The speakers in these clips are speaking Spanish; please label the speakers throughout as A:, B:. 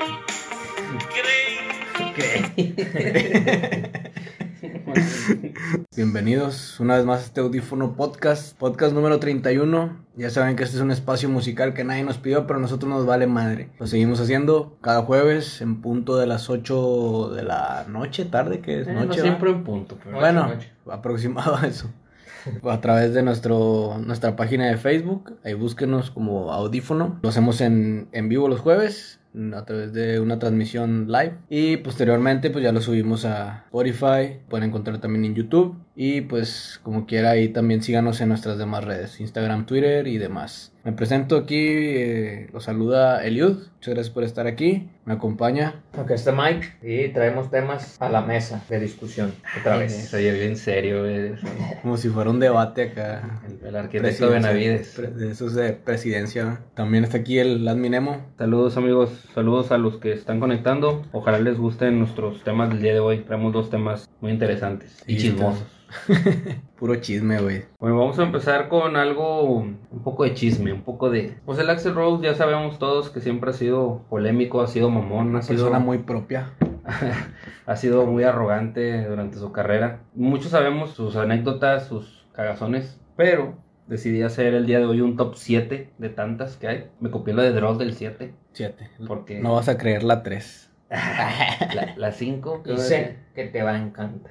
A: Bienvenidos una vez más a este audífono podcast, podcast número 31. Ya saben que este es un espacio musical que nadie nos pidió, pero a nosotros nos vale madre. Lo seguimos haciendo cada jueves en punto de las 8 de la noche, tarde, que es
B: Eh,
A: noche.
B: no
A: ¿va?
B: siempre en punto, pero
A: Bueno,
B: noche, noche.
A: aproximado a eso. A través de nuestro, nuestra página de Facebook, ahí búsquenos como audífono. Lo hacemos en, en vivo los jueves, a través de una transmisión live. Y posteriormente, pues ya lo subimos a Spotify. Pueden encontrar también en YouTube. Y pues, como quiera, ahí también síganos en nuestras demás redes: Instagram, Twitter y demás. Me presento aquí, eh, los saluda Eliud. Muchas gracias por estar aquí. Me acompaña.
B: Acá está Mike y traemos temas a la mesa de discusión otra vez.
C: Se oye bien serio, eh,
A: Como si fuera un debate acá.
C: el, el arquitecto Benavides.
A: Pre- De esos de presidencia. ¿no? También está aquí el adminemo.
C: Saludos amigos, saludos a los que están conectando. Ojalá les gusten nuestros temas del día de hoy. Traemos dos temas muy interesantes y
A: Sí,
C: chismosos.
A: Puro chisme, güey.
C: Bueno, vamos a empezar con algo, un poco de chisme, un poco de... Pues el Axel Rose ya sabemos todos que siempre ha sido polémico, ha sido mamón,
A: Una
C: ha
B: Pues,
C: sido...
A: persona muy propia.
C: ha sido muy arrogante durante su carrera. Muchos sabemos sus anécdotas, sus cagazones, pero decidí hacer el día de hoy un top 7 de tantas que hay. Me copié la de Dross del 7,
A: Siete.
C: porque
A: No vas a creer la tres.
C: la- la 5...
B: Y sé que te va a encantar.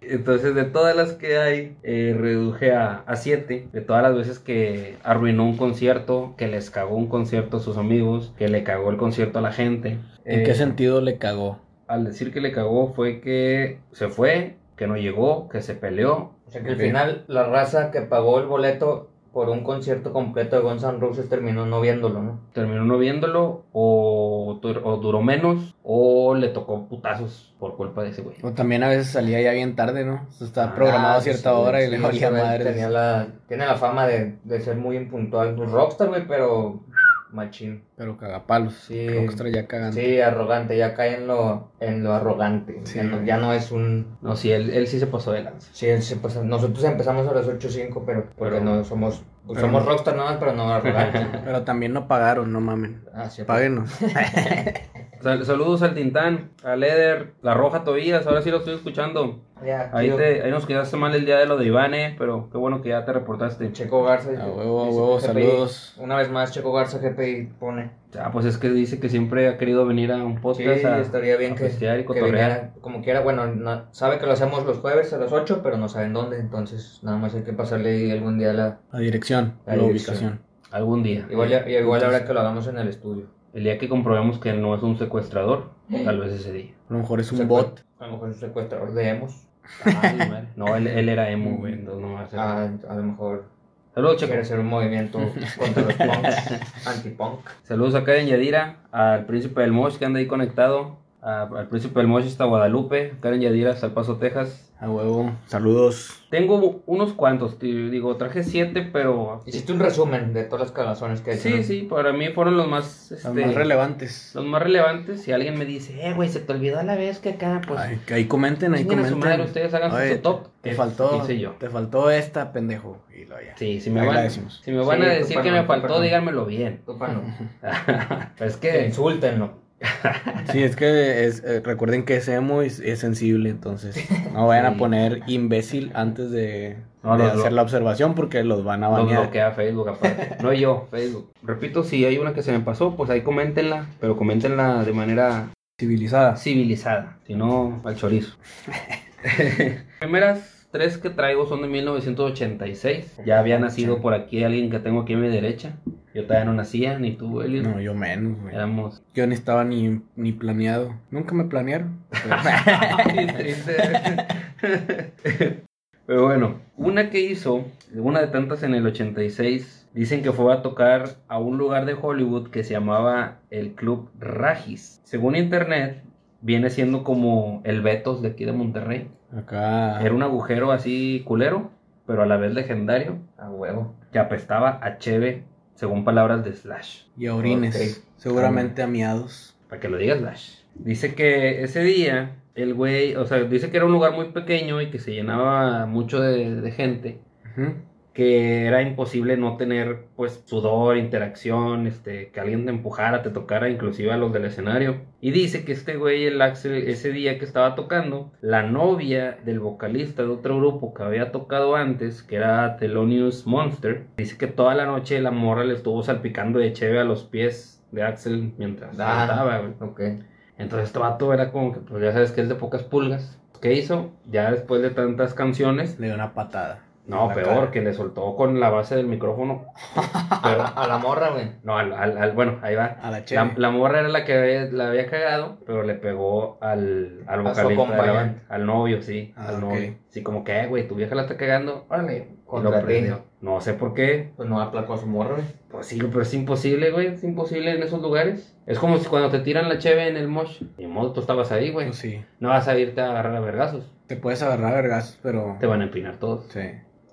C: Entonces, de todas las que hay, eh, reduje a, a siete. De todas las veces que arruinó un concierto, que les cagó un concierto a sus amigos, que le cagó el concierto a la gente.
A: ¿En
C: Eh,
A: qué sentido le cagó?
C: Al decir que le cagó fue que se fue, que no llegó, que se peleó.
B: O sea que al
A: Ok.
B: final la raza que pagó el boleto por un concierto completo de Guns N' Roses terminó no viéndolo, ¿no?
C: Terminó no viéndolo, o, tur- o duró menos, o le tocó putazos por culpa de ese güey.
A: O también a veces salía ya bien tarde, ¿no? O sea, estaba
C: Ah,
A: programado a
B: sí,
A: cierta
B: sí,
A: hora y
B: sí,
A: le
B: ese
A: valía
B: güey
A: madre.
B: tenía la- tiene la fama de, de ser muy impuntual. Pues rockstar, güey, pero machín.
A: Pero cagapalos.
B: Sí.
A: Rockstar ya cagando.
B: Sí, arrogante, ya cae en lo, en lo arrogante.
A: Sí,
B: ya, no,
A: güey.
B: ya no es un...
C: No, sí, él, él sí se pasó de lanza.
B: Sí, sí, pues, nosotros empezamos a las 8.05, pero porque
C: Pero-
B: no somos... pues,
A: pero
B: somos
A: no.
B: rockstar nada más, pero no arrogantes.
A: Pero también no pagaron, no mamen.
B: Ah, sí,
A: Páguenos.
C: Sal- saludos al Tintán, al Leder, la Roja Tobías, ahora sí lo estoy escuchando.
B: Ya,
C: Ahí,
B: tío,
C: te- ahí nos quedaste mal el día de lo de Ivane, pero qué bueno que ya te reportaste.
B: Checo Garza.
A: A huevo, a
B: dice
A: huevo,
B: GPI.
A: saludos.
B: Una vez más, Checo Garza GPI pone.
C: Ah, pues es que dice que siempre ha querido venir a un
B: Sí,
C: podcast a,
B: estaría bien
C: a
B: que,
C: festear y
B: que
C: cotorrear.
B: viniera como quiera. Bueno, no- sabe que lo hacemos los jueves a las 8, pero no saben dónde. Entonces, nada más hay que pasarle ahí algún día la.
A: La dirección,
B: La
A: la,
B: dirección.
A: ubicación.
C: algún día.
B: Igual, ya- y igual ahora que lo hagamos en el estudio.
C: El día que comprobemos que no es un secuestrador, tal vez ese día.
A: A lo mejor es un
B: Secue-
A: bot.
B: A lo mejor es un secuestrador de Emos.
C: Ay, madre. No, él, él era emo, güey, entonces no va a ser.
B: Ah, a lo mejor
C: Saludos, Checo.
B: quiere hacer un movimiento contra los punks, anti-punk.
C: Saludos a Karen Yadira, al Príncipe del Mosh que anda ahí conectado, a- al Príncipe del Mosh está Guadalupe, Karen Yadira, hasta El Paso, Texas.
A: A huevo. Saludos.
C: Tengo unos cuantos, te digo, traje siete, pero
B: Hiciste un resumen de todas las cagazones que
C: Sí,
B: hicieron.
C: sí, para mí fueron los más,
A: Los
C: este,
A: más relevantes.
C: los más relevantes. Si alguien me dice, eh, güey, se te olvidó la vez que acá, pues.
A: Ay, que ahí comenten, ahí
C: chinguen a su
A: comenten.
C: madre, ustedes hagan su
A: Oye,
C: top,
A: Te
C: que pues,
A: faltó,
C: hice yo.
A: te faltó esta, pendejo. Y lo ya.
C: Sí, si
A: Ahí
C: me
A: la
C: van,
A: decimos.
C: si me van a
B: Sí, tú
C: decir
B: para
C: que
B: no,
C: me
B: tú
C: faltó,
B: para no.
C: díganmelo bien.
B: Tú, pa, no.
C: es
B: Que
C: que
B: insúltenlo.
A: Sí, es que es, eh, recuerden que ese emo es, es sensible, entonces no vayan a
C: Sí.
A: poner imbécil antes de,
C: No,
A: de
C: los
A: hacer
C: blo-
A: la observación porque los van a
C: lo
A: banear.
C: bloquea Facebook aparte. No yo, Facebook. Repito, si hay una que se me pasó, pues ahí coméntenla, pero coméntenla de manera
A: Civilizadas.
C: civilizada, si no al chorizo. Primeras tres que traigo son de 1986. Ya había nacido por aquí alguien que tengo aquí a mi derecha. Yo todavía no nacía, ni tú, Elliot.
A: No, yo menos, güey.
C: Éramos.
A: Yo ni estaba ni, ni planeado. Nunca me planearon.
C: Pero bueno, una que hizo, una de tantas en el 86, dicen que fue a tocar a un lugar de Hollywood que se llamaba el Club Rajis. Según internet, viene siendo como el Betos de aquí de Monterrey.
A: Acá.
C: Era un agujero así culero, pero a la vez legendario,
B: A huevo.
C: que apestaba a Cheve, según palabras de Slash.
A: Y a orines.
B: Ok.
A: Seguramente a miados.
C: Para que lo diga Slash. Dice que ese día El güey, o sea, dice que era un lugar muy pequeño y que se llenaba mucho de, de gente,
A: Ujú.
C: que era imposible no tener, pues, sudor, interacción, este, que alguien te empujara, te tocara, inclusive a los del escenario. Y dice que este güey, el Axel, ese día que estaba tocando, la novia del vocalista de otro grupo que había tocado antes, que era Thelonious Monster, dice que toda la noche la morra le estuvo salpicando de cheve a los pies de Axel mientras
B: Ah.
C: cantaba, güey.
B: Ok.
C: Entonces este vato era como que, pues ya sabes que es de pocas pulgas. ¿Qué hizo? Ya después de tantas canciones.
A: Le dio una patada.
C: No,
A: En la
C: peor,
A: cara.
C: que le soltó con la base del micrófono. Pero,
B: A la morra, güey.
C: no, al, al- al- bueno, ahí va.
A: A la cheve.
C: La, la morra era la que había- la había cagado, pero le pegó al, al
B: A
C: vocalista,
B: su
C: de la banda,
B: acompañante.
C: al novio, sí,
A: Ah,
C: al
A: ok.
C: novio. Sí, como que, "Eh, güey, tu vieja la está cagando, órale. Y lo
B: Contra ti.
C: prendió. No sé por qué,
B: Pues no aplacó a su morra, güey.
C: Pues sí, pero es imposible, güey. Es imposible en esos lugares. Es como si cuando te tiran la cheve en el mosh. Ni modo, tú estabas ahí, güey.
A: Pues sí.
C: No vas a irte a agarrar a vergazos.
A: Te puedes agarrar a vergazos, pero.
C: Te van a empinar todos.
A: Sí.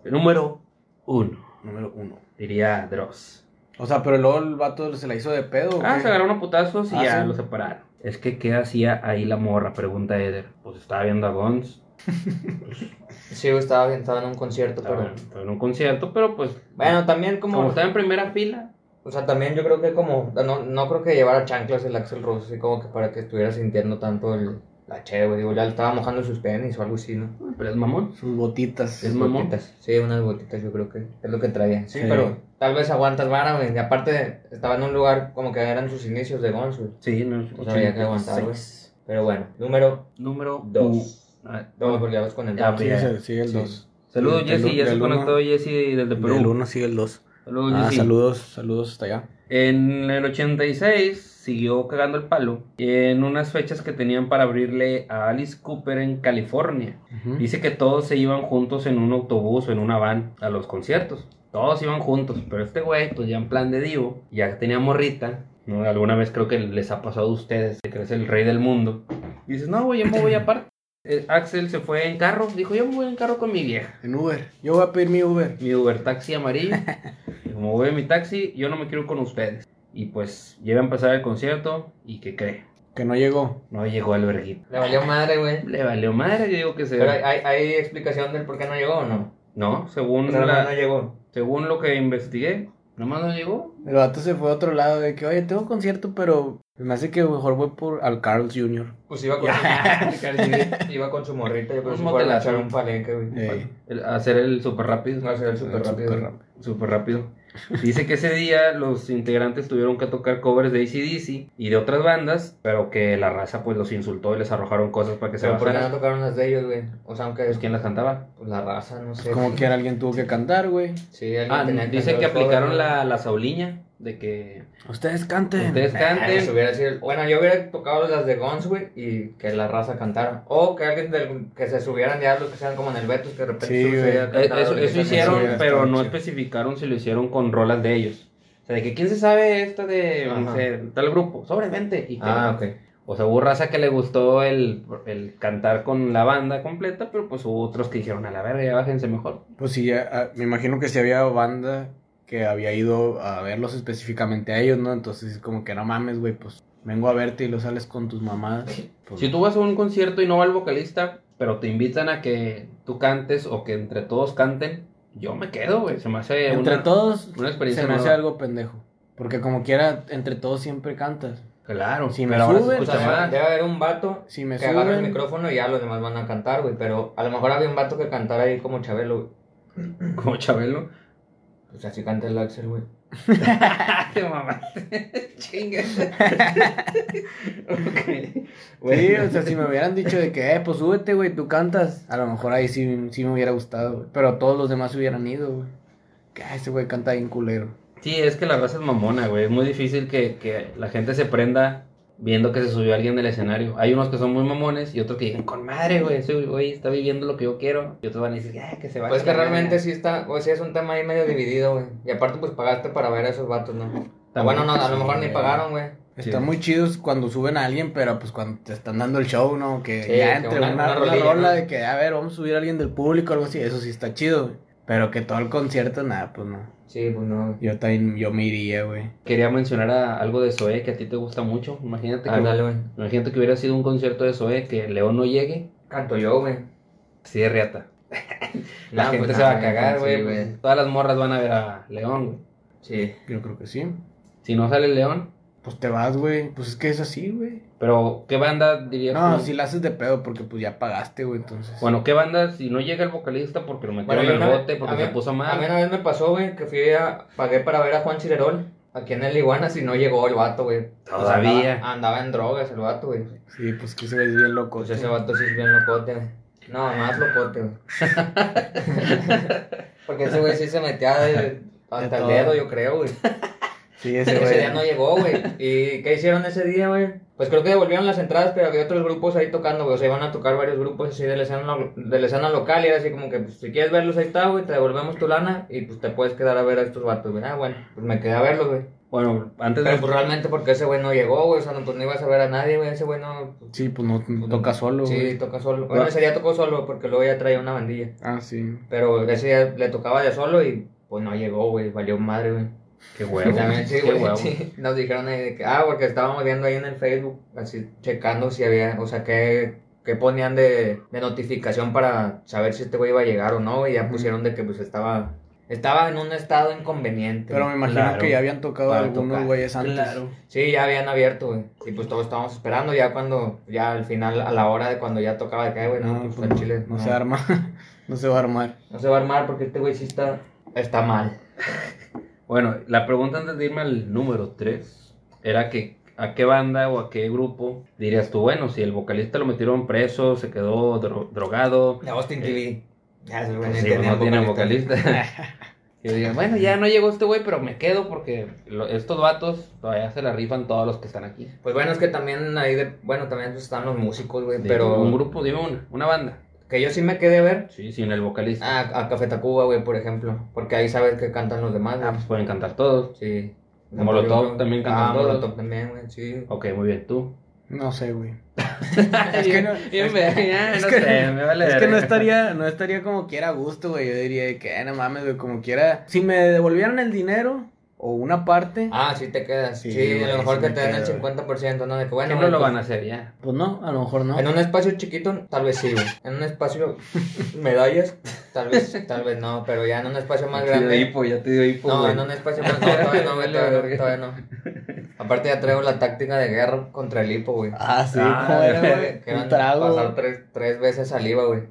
C: Número uno,
A: Número uno.
C: diría Dross.
A: O sea, pero luego el vato se la hizo de pedo. ¿o
C: Ah,
A: qué?
C: se agarraron a putazos y
A: Ah,
C: ya
A: sí.
C: lo separaron. Es que, ¿qué hacía ahí la morra? Pregunta Eder. Pues estaba viendo a Gons.
B: Sí, güey, estaba, estaba en un concierto,
C: Estaba,
B: pero.
C: estaba en un concierto, pero pues.
B: Bueno, también
C: como,
B: como.
C: estaba en primera fila.
B: O sea, también yo creo que como. No, no creo que llevara chanclas el Axel Rose, así como que para que estuviera sintiendo tanto el, la che, güey. Digo, ya le estaba mojando sus tenis o algo así, ¿no?
C: Pero pues, es mamón.
A: Sus botitas.
C: Es
B: Sus
C: mamón.
B: botitas. Sí, unas botitas yo creo que es lo que traía. Sí,
A: Sí.
B: pero tal vez aguantas vara, güey. Y aparte, estaba en un lugar como que eran sus inicios de Gons, güey.
C: Sí, no es
B: O sea, había que aguantar, güey. Pero bueno, número
C: Número dos.
B: dos. No, porque Uh. ya vas con el
C: Ya,
B: dos.
A: Sí,
C: ya.
A: se- sigue el
B: Sí.
A: 2.
C: Saludos,
A: Del-
C: Jesse. Ya se
A: del uno-
C: conectó Jesse desde Perú.
A: Del 1 sigue el 2.
C: Saludos,
A: Ah,
C: Jessy.
A: saludos, saludos hasta allá.
C: En el 86 siguió cagando el palo en unas fechas que tenían para abrirle a Alice Cooper en California.
A: Ujú.
C: Dice que todos se iban juntos en un autobús o en una van a los conciertos. Todos iban juntos, pero este güey, pues ya en plan de divo, ya tenía morrita. ¿no? Alguna vez creo que les ha pasado a ustedes que eres el rey del mundo. Y dices, no, güey, yo me voy aparte. Eh, Axel se fue en carro, dijo, yo me voy en carro con mi vieja
A: En Uber. Yo voy a pedir mi Uber.
C: mi Uber taxi amarillo. Y como voy en mi taxi, yo no me quiero ir con ustedes. Y pues llega a empezar el concierto y que cree,
A: Que no llegó.
C: no llegó el verguito.
B: Le valió madre, güey.
C: Le valió madre, yo digo que se...
B: Pero hay, hay, hay explicación del por qué no llegó o no.
C: No, según,
B: Pero
C: la-
B: no llegó.
C: según lo que investigué, nomás no llegó.
A: El vato se fue a otro lado de que, oye, tengo concierto, pero me hace que mejor voy por al Carl Jr.
B: Pues iba con, su, iba con su morrita, yo creo que se
C: Un
B: fueron a
C: motelazo.
B: echar un palenque, güey.
A: Ey, Ah,
C: El- hacer el súper rápido.
B: Va a ser súper rápido.
A: Eh, súper rápido.
C: Súper rápido. Dice que ese día los integrantes tuvieron que tocar covers de ACDC y de otras bandas, pero que la raza pues los insultó y les arrojaron cosas para que se
B: Pero por qué no
C: bajaran.
B: tocaron las de ellos, güey. O sea, aunque
C: Pues, ¿Quién las cantaba?
B: pues, la raza, no sé.
A: Como
B: Sí.
A: quiera, alguien tuvo que cantar, güey.
B: Sí, alguien
C: Ah,
B: tenía
C: dicen que
B: hacer el
C: aplicaron
B: cover,
C: la, la sauliña de que
A: Ustedes canten.
C: ustedes
B: ¿no? Ah, eso
C: canten.
B: hubiera sido- Bueno, yo hubiera tocado las de Guns, güey, y que la raza cantara. O que alguien del- que se subieran ya los que sean como en el Betos, que de repente
A: Sí,
B: se hubiera
A: güey.
C: Eh,
B: cantado,
C: Eso,
B: güey,
C: eso
B: que
C: hicieron,
A: hubiera
C: pero
A: estado
C: no
A: chido.
C: especificaron si lo hicieron con rolas de ellos. O sea, de que quién se sabe esta de
B: Ajá.
C: no sé, tal grupo, sobre 20. Y que-
B: Ah, ok.
C: O sea, hubo raza que le gustó el, el cantar con la banda completa, pero pues hubo otros que dijeron a la verga, ya bájense mejor.
A: Pues sí, ya, ah, me imagino que si había banda que había ido a verlos específicamente a ellos, ¿no? Entonces, como que no mames, güey, pues vengo a verte y lo sales con tus mamadas. Pues,
C: Si tú vas a un concierto y no va el vocalista, pero te invitan a que tú cantes o que entre todos canten, yo me quedo, güey. Se me hace
A: entre
C: una,
A: todos,
C: una experiencia
A: se me hace
C: nueva.
A: algo pendejo. Porque como quiera, entre todos siempre cantas.
C: Claro,
A: Si me
C: pero ahora se
A: suben,
B: O
C: escucha
B: sea,
C: más.
B: debe haber un vato
A: Si me
B: que agarra el
A: suben-
B: micrófono y ya los demás van a cantar, güey. Pero a lo mejor había un vato que cantara ahí como Chabelo, güey.
C: Como Chabelo.
B: Pues así canta el Axel, güey.
C: Te mamaste. Chinga. ok.
A: Sí,
C: Bueno,
A: o sea, si me hubieran dicho de que, eh, pues súbete, güey, tú cantas. A lo mejor ahí sí, sí me hubiera gustado, güey. Pero todos los demás hubieran ido, güey. Que "Ah, ese güey canta bien culero.
C: sí, es que la raza es mamona, güey. Es muy difícil que, que la gente se prenda viendo que se subió alguien del escenario. Hay unos que son muy mamones y otros que dicen, con madre, güey, ese güey está viviendo lo que yo quiero. Y otros van a decir, "Ah, que se va.
B: Pues que realmente sí está, o sea, es un tema ahí medio dividido, güey. Y aparte, pues pagaste para ver a esos vatos, ¿no? Ah,
C: También.
B: bueno, no, a lo mejor ni
A: Sí.
B: pagaron, güey.
A: Están
C: Sí.
A: muy chidos cuando suben a alguien, pero pues cuando te están dando el show, ¿no? Que
B: Sí, que
A: ya entre una,
B: una- una
A: una
B: rolilla,
A: rola
B: ¿no?
A: de que, a ver, vamos a subir a alguien del público o algo así. Eso sí está chido, güey. Pero que todo el concierto, nada, pues no.
B: Sí, pues no.
A: Yo también, yo me iría, güey.
C: Quería mencionar a- algo de Zoé que a ti te gusta mucho. Imagínate que,
B: Ándale, güey.
C: imagínate que hubiera sido un concierto de Zoé que León no llegue.
B: Canto yo, güey.
C: Sí, de riata. La
B: No,
C: gente
B: pues,
C: se va
B: no,
C: a cagar,
B: sí,
C: güey. pues, Todas las morras van a ver a León, güey.
B: Sí.
A: Yo creo que sí.
C: Si no sale León,
A: Pues te vas, güey. Pues es que es así, güey.
C: pero ¿qué banda dirías
A: No,
C: tú?
A: si la haces de pedo porque pues ya pagaste, güey, entonces.
C: Bueno, ¿qué banda si no llega el vocalista porque lo metieron
B: yo
C: en el
B: una-
C: bote, porque
B: a
C: se
B: mí-
C: puso
B: A mí
C: mal?
B: una vez me pasó, güey, que fui a. Pagué para ver a Juan Cirerol. Aquí en el Iguana, si no llegó el vato, güey. O sea,
C: Todavía.
B: andaba, andaba en drogas el vato, güey.
A: Sí, pues que se ve bien loco.
B: Pues ese vato sí es bien locote, güey. No, más locote, güey. Porque ese güey sí se metía de- hasta el
A: todo.
B: dedo, yo creo, güey.
A: Sí, ese
B: Ese día no
A: güey.
B: llegó, güey. ¿Y qué hicieron ese día, güey? Pues creo que devolvieron las entradas, pero había otros grupos ahí tocando, güey. O sea, iban a tocar varios grupos así de la escena, lo- de la escena local. Y era así como que, pues, si quieres verlos, ahí está, güey. Te devolvemos tu lana y pues te puedes quedar a ver a estos vatos, güey. Ah, bueno, pues me quedé a verlos, güey.
C: Bueno, antes
B: Pero
C: de...
B: pues realmente porque ese güey no llegó, güey. O sea, no, pues no ibas a ver a nadie, güey. Ese güey no.
A: Sí, pues no no toca solo,
B: sí,
A: güey.
B: toca solo. Bueno, ese día tocó solo porque luego ya traía una bandilla.
A: Ah, sí.
B: Pero ese día le tocaba de solo y pues no llegó, güey. Valió madre, güey.
C: Qué huevo.
B: También, sí,
C: qué
B: güey,
C: huevo.
B: sí. Nos dijeron ahí de que, ah, porque estábamos viendo ahí en el Facebook, así checando si había, o sea, qué, qué ponían de, de notificación para saber si este güey iba a llegar o no, y ya pusieron de que pues estaba, estaba en un estado inconveniente.
A: Pero me
B: güey.
A: imagino
C: Claro.
A: que ya habían tocado
B: Para
A: algunos
B: tocar.
A: güeyes antes.
C: Claro.
B: Sí, ya habían abierto, güey. Y pues todos estábamos esperando ya cuando, ya al final, a la hora de cuando ya tocaba de que, "Ay, güey, no,
A: No,
B: pues,
A: pues,
B: en Chile.
A: no se arma. no se va a armar.
B: no se va a armar porque este güey sí está, está mal.
C: Bueno, la pregunta antes de irme al número 3 era que a qué banda o a qué grupo dirías tú, bueno, si el vocalista lo metieron preso, se quedó dro- drogado,
B: De Austin TV. Ya, ese güey
C: pues,
B: ni
C: sí,
B: tenía
C: no tiene vocalista. Que digas, bueno, ya no llegó este güey, pero me quedo porque lo- estos vatos todavía se la rifan todos los que están aquí.
B: Pues bueno, es que también ahí, de, bueno, también pues, están los músicos, güey,
C: De
B: pero
C: un grupo, dime una, una banda.
B: que yo sí me quedé a ver
C: Sí, sin el vocalista.
B: a, a Café Tacuba, güey, por ejemplo, porque ahí sabes que cantan los demás,
C: Ah,
B: güey.
C: pues pueden cantar todos.
B: Sí.
C: Molotov también cantan
B: Ah,
C: todos.
B: Molotov también, güey, sí.
C: Ok, muy bien, tú.
A: No sé, güey.
C: es
A: que no-
C: es, ya,
A: es
C: no
A: que-
C: sé, me vale
A: Es que no
C: verga.
A: estaría, no estaría como quiera a gusto, güey. Yo diría de que, "Ah, no mames, güey, como quiera. Si me devolvieran el dinero o una parte,
B: Ah, sí te quedas.
A: Sí,
B: Sí, a
A: güey,
B: lo mejor
A: sí
B: que
A: me
B: te den el
A: quedo,
B: 50%, ¿no? De que bueno,
C: Que Ah, no
B: güey,
C: lo
B: pues,
C: van a hacer ya.
A: pues no, a lo mejor no.
B: En un espacio chiquito, tal vez sí, güey. En un espacio medallas, tal vez, tal vez no, pero ya en un espacio más grande.
C: ya te dio hipo.
B: No, en un espacio más. No, todavía no, güey, todavía, no, todavía no. Aparte, ya traigo la táctica de guerra contra el hipo, güey.
A: Ah, sí,
C: Ah,
A: ¿cómo era, güey?
B: Que eran
A: Un trago.
B: Pasar tres, tres veces saliva, güey.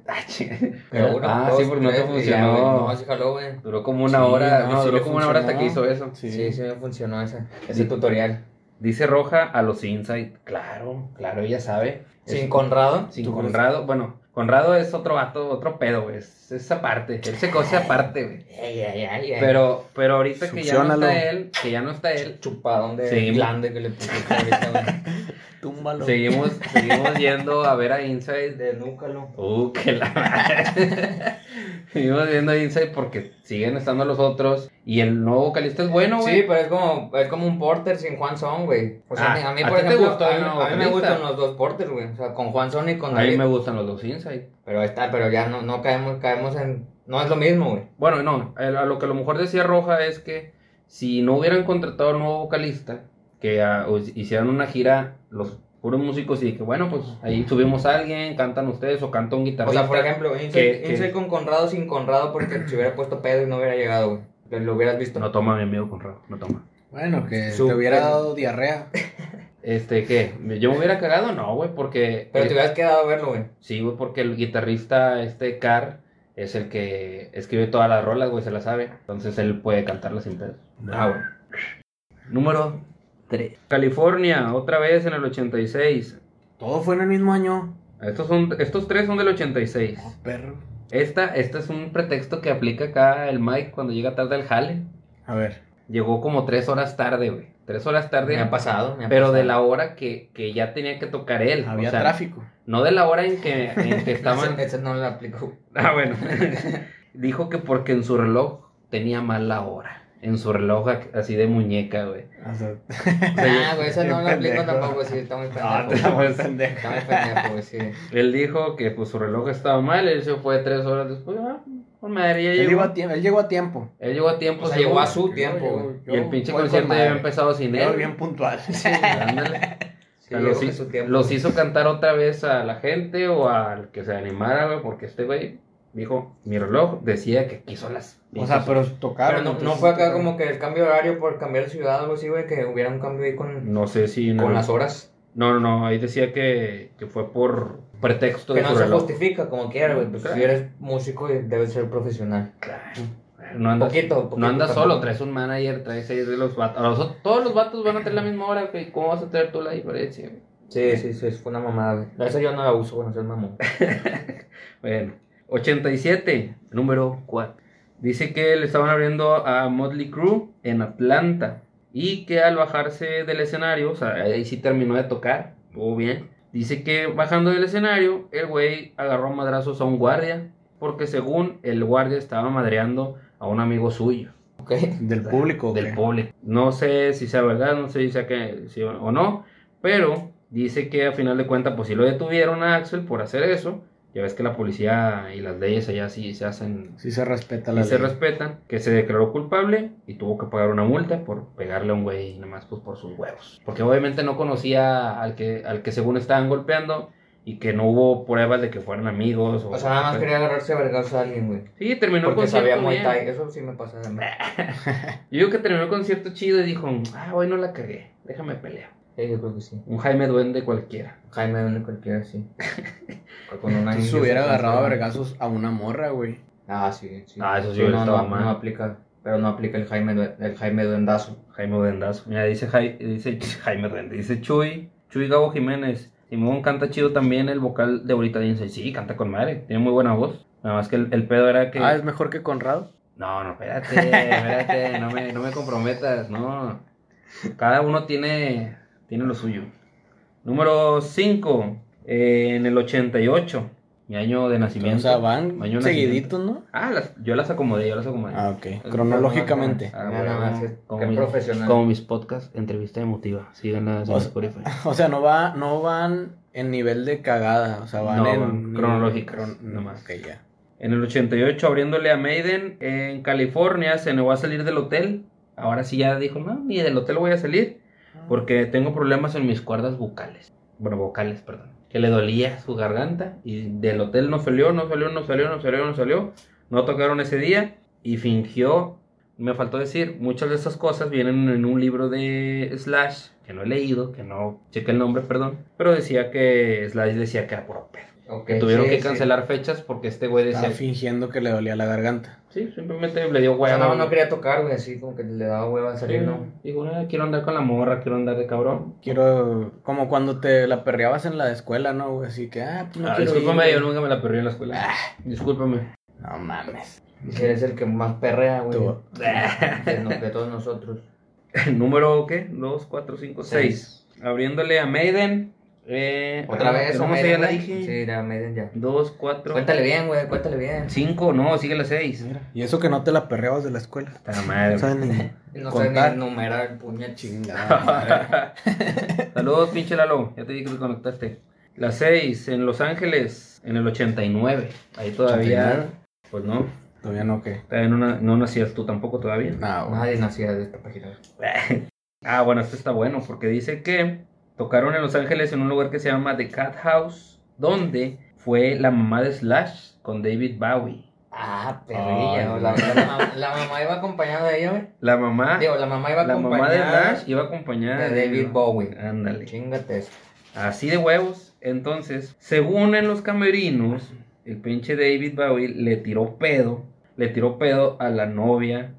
B: Pero uno,
C: Ah,
B: dos,
C: sí, porque no te
B: tres, y ya, güey,
C: funcionó.
B: No, sí jaló, güey.
C: Duró como una
A: Sí,
C: hora,
A: no,
C: duró
A: sí
C: como una hora hasta que hizo
A: funcionó.
C: eso.
A: Sí.
B: Sí, sí me funcionó ese, ese tutorial.
C: Dice Roja a los Insight. Claro, claro, ella sabe.
B: Sin
C: Es-
B: Conrado.
C: sin
A: ¿Tú crees?
C: Conrado. Bueno, Conrado es otro vato, otro pedo, güey. Es esa parte. Él se cose aparte, güey.
B: Ey, ey, ey, ey.
C: Pero, pero ahorita que ya no
A: Succiónalo.
C: está él, que ya no está él,
B: chupadón de
C: Sí.
B: glande que le pusiste ahorita, güey.
A: Túmbalo.
C: seguimos, seguimos yendo a ver a Insight.
B: De núcalo.
C: Uh, que la madre. Seguimos viendo Inside porque siguen estando los otros. Y el nuevo vocalista es bueno, güey.
B: Sí, pero es como, es como un porter sin Juan Son, güey. O
C: Ah,
B: sea, a mí- a mí,
C: ¿a
B: por
C: ti te
B: ejemplo,
C: gustó
B: a,
C: el
B: mí-
C: nuevo
B: a mí me
C: vocalista?
B: gustan los dos porters, güey. O sea, con Juan Son y con
C: a mí
B: David.
C: me gustan los dos Inside.
B: Pero ahí está, pero ya no, no caemos, caemos en... No es lo mismo, güey.
C: Bueno, no, a a lo que a lo mejor decía Roja es que si no hubieran contratado al nuevo vocalista, que ah, o- hicieran una gira los puros músicos y que bueno, pues ahí subimos a alguien, cantan ustedes o canta un
B: O
C: guitarrista.
B: sea, por ejemplo,
C: que-
B: Insel
C: que-
B: Insel con Conrado sin Conrado porque se hubiera puesto pedo y no hubiera llegado, güey. Lo, lo hubieras visto.
C: No toma mi amigo Conrado, no toma.
A: Bueno, que
B: Su-
A: te hubiera dado diarrea.
C: Este, ¿qué? ¿Yo me hubiera cagado? No, güey, porque...
B: Pero te hubieras quedado a verlo, güey.
C: Sí, güey, porque el guitarrista, este Carr, es el que escribe todas las rolas, güey, se las sabe. Entonces él puede cantarlas sin pedos.
B: Ah, güey.
C: Número 3. California, otra vez en el 86.
A: Todo fue en el mismo año.
C: Estos, son, estos tres son del 86.
A: Ah, perro.
C: Esta, esta es un pretexto que aplica acá el Mike cuando llega tarde al jale.
A: A ver.
C: Llegó como tres horas tarde, güey. Tres horas tarde,
B: Me ha pasado, me ha
C: pero
B: pasado.
C: de la hora que, que ya tenía que tocar él. O
A: Había
C: sea,
A: tráfico.
C: No de la hora en que, en que estaban...
B: Ese, ese no lo aplico.
C: Ah, bueno. Dijo que porque en su reloj tenía mal la hora. En su reloj ac- así de muñeca, güey.
A: O sea,
B: Ah, güey, ese no lo
A: Bien
B: aplico
A: pendejo.
B: tampoco, sí, está muy
A: no, te
B: pendejo.
A: la voy a entender.
B: Está muy pendejo, güey, sí.
C: Él dijo que pues, su reloj estaba mal, él se fue tres horas después. Ah, Con madre, ya
A: Él, llegó
C: llegó.
A: a tiempo, él llegó a tiempo.
C: Él llegó a tiempo.
B: O sea, llegó
C: según.
B: a su tiempo, güey.
C: Y el pinche
A: voy con
C: concierto ya
A: madre.
C: había empezado sin
A: Pero
C: él.
A: bien puntual.
C: Ándale. O sea,
B: Sí,
C: los,
B: llegó a
C: hi-
B: su tiempo.
C: los hizo cantar otra vez a la gente o al que se animara, güey, porque este güey dijo, mi reloj decía que quiso las...
A: O sea, pero tocaron.
B: Pero no, no
A: entonces,
B: fue acá
A: tocaron.
B: como que el cambio de horario por cambiar de ciudad o algo así, güey, que hubiera un cambio ahí con,
C: No sé si... no-
B: con las horas.
C: No, no, no, ahí decía que, que fue por pretexto
B: Que
C: de
B: no
C: su
B: se
C: reloj.
B: justifica, como quiera, güey. Pues
C: Claro.
B: si eres músico, eh, debes ser profesional.
C: No andas,
B: Poquito, poquito
C: no andas
B: también.
C: solo, traes un manager, traes ahí de los vatos. A los ot- todos los vatos van a tener la misma hora, güey. ¿Cómo vas a traer tú la diferencia? güey?
B: Sí, sí, sí, fue una mamada, güey. La- Esa yo no la uso, bueno, ser mamón.
C: Bueno, 87, número 4. Dice que le estaban abriendo a Motley Crue en Atlanta y que al bajarse del escenario, o sea, ahí sí terminó de tocar, todo bien. Dice que bajando del escenario, el güey agarró a madrazos a un guardia porque según el guardia estaba madreando a un amigo suyo,
B: Ok.
A: Del público.
C: del
A: güey.
C: público. No sé si sea verdad, no sé si sea que sí o no, pero dice que a final de cuentas pues si lo detuvieron a Axel por hacer eso. Ya ves que la policía y las leyes allá sí se hacen
A: Sí se respeta la
C: y se
A: ley.
C: respetan, que se declaró culpable y tuvo que pagar una multa por pegarle a un güey nada más pues por sus huevos. Porque obviamente no conocía al que, al que según estaban golpeando y que no hubo pruebas de que fueran amigos.
B: O sea, nada más quería agarrarse a vergas a alguien, güey.
C: Sí, terminó el
B: Porque
C: concierto
B: sabía Muay
C: bien.
B: Thai. Eso sí me pasa de mí.
C: Yo digo que terminó el concierto chido y dijo, ah, hoy no la cagué, déjame pelear.
B: Sí, yo creo que sí.
C: Un Jaime Duende cualquiera.
B: Jaime, donde cualquiera, sí. O Con una
A: Entonces
B: india
A: hubiera
B: se
A: agarrado a
B: cansaba.
A: vergazos a una morra, güey.
B: Ah, sí, sí.
C: Ah, eso sí
B: Pero
C: hubiera
B: no,
C: estado
B: no,
C: mal.
B: no aplica, pero no aplica el Jaime, Due- el Jaime Duendazo.
C: Jaime Duendazo. Mira, dice, Jai- dice Jaime Duende, dice Chuy, Chuy Gabo Jiménez. Simón canta chido también el vocal de ahorita dice, sí, canta con madre, tiene muy buena voz. Nada más que el, el pedo era que...
A: Ah, es mejor que Conrado.
C: No, no, espérate, espérate, no me, no me comprometas, no. Cada uno tiene, tiene lo suyo. Número 5, en el 88, mi año de
A: O
C: nacimiento.
A: sea, van
C: Mañana
A: seguiditos, ¿no?
C: Ah, las- yo las acomodé, yo las acomodé.
A: Ah, ok. Cronológicamente.
C: Ah,
B: Nada
C: bueno,
B: más, es-
C: como
B: qué
C: mis-
B: profesional.
C: Como mis podcasts, entrevista emotiva. Síganlas en
A: O sea,
C: Spotify.
A: O sea, no va, no van en nivel de cagada, o sea, van
C: No,
A: en
C: cronológicas, nomás.
A: nomás. Que ya.
C: En el 88, abriéndole a Maiden en California, se negó a salir del hotel. Ahora sí ya dijo, no, ni del hotel voy a salir porque tengo problemas en mis cuerdas bucales. Bueno, vocales, perdón. Que le dolía su garganta y del hotel no salió, no salió, no salió, no salió, no salió. No tocaron ese día y fingió. Me faltó decir, muchas de esas cosas vienen en un libro de Slash, que no he leído, que no chequé el nombre, perdón. Pero decía que Slash decía que era puro pedo. Que tuvieron que cancelar fechas porque este güey decía.
A: Estaba fingiendo que le dolía la garganta.
C: Sí, simplemente le dio
B: O sea,
C: hueva.
B: no,
C: güey.
B: no quería tocar, güey, así como que le daba hueva
C: Sí,
B: salir, ¿no?
C: no. Dijo, "Ah, quiero andar con la morra, quiero andar de cabrón.
A: Quiero, como cuando te la perreabas en la escuela, ¿no? güey? Así que, ah, pues no
C: Ah,
A: quiero ir,
C: discúlpame,
A: güey.
C: yo nunca me la perdí en la escuela. Ah, Discúlpame.
A: No mames.
B: Si eres el que más perrea, güey.
A: Tú.
B: De, no- de todos nosotros.
C: Número, ¿qué? 2, 4, 5, 6. Abriéndole a Maiden. Eh,
B: Otra
C: ah,
B: vez,
C: ¿Cómo
B: Maiden,
C: se llama?
B: güey. Sí, la Maiden ya.
C: 2, 4,
B: Cuéntale bien, güey, cuéntale bien.
C: 5. No, sigue la 6.
A: Y eso que no te la perreabas de la escuela.
C: Está
A: No
C: madre.
A: saben ni
B: No sé ni
A: contar.
B: enumerar, puña chingada.
A: Chingada madre.
C: Saludos, pinche Lalo. Ya te dije que te conectaste. La 6, en Los Ángeles, en el 89. Ahí todavía.
A: 89.
C: Pues no.
A: Todavía no, ¿qué?
C: Todavía no, na- no nacías tú tampoco todavía.
A: Nah, güey.
B: Nadie nacía de esta página.
C: Ah, bueno, esto está bueno porque dice que tocaron en Los Ángeles en un lugar que se llama The Cat House, donde fue la mamá de Slash con David Bowie.
B: Ah,
A: Ay,
B: perrilla. güey. la, la mam- la mamá iba acompañada de ella, güey.
C: La mamá,
B: Digo, la mamá iba
C: Ah. la mamá de
B: acompañada
C: Slash iba acompañada
B: de David Bowie.
C: Ándale.
B: Chingate eso.
C: Así de huevos. Entonces, según en los camerinos, el pinche David Bowie le tiró pedo, le tiró pedo a la novia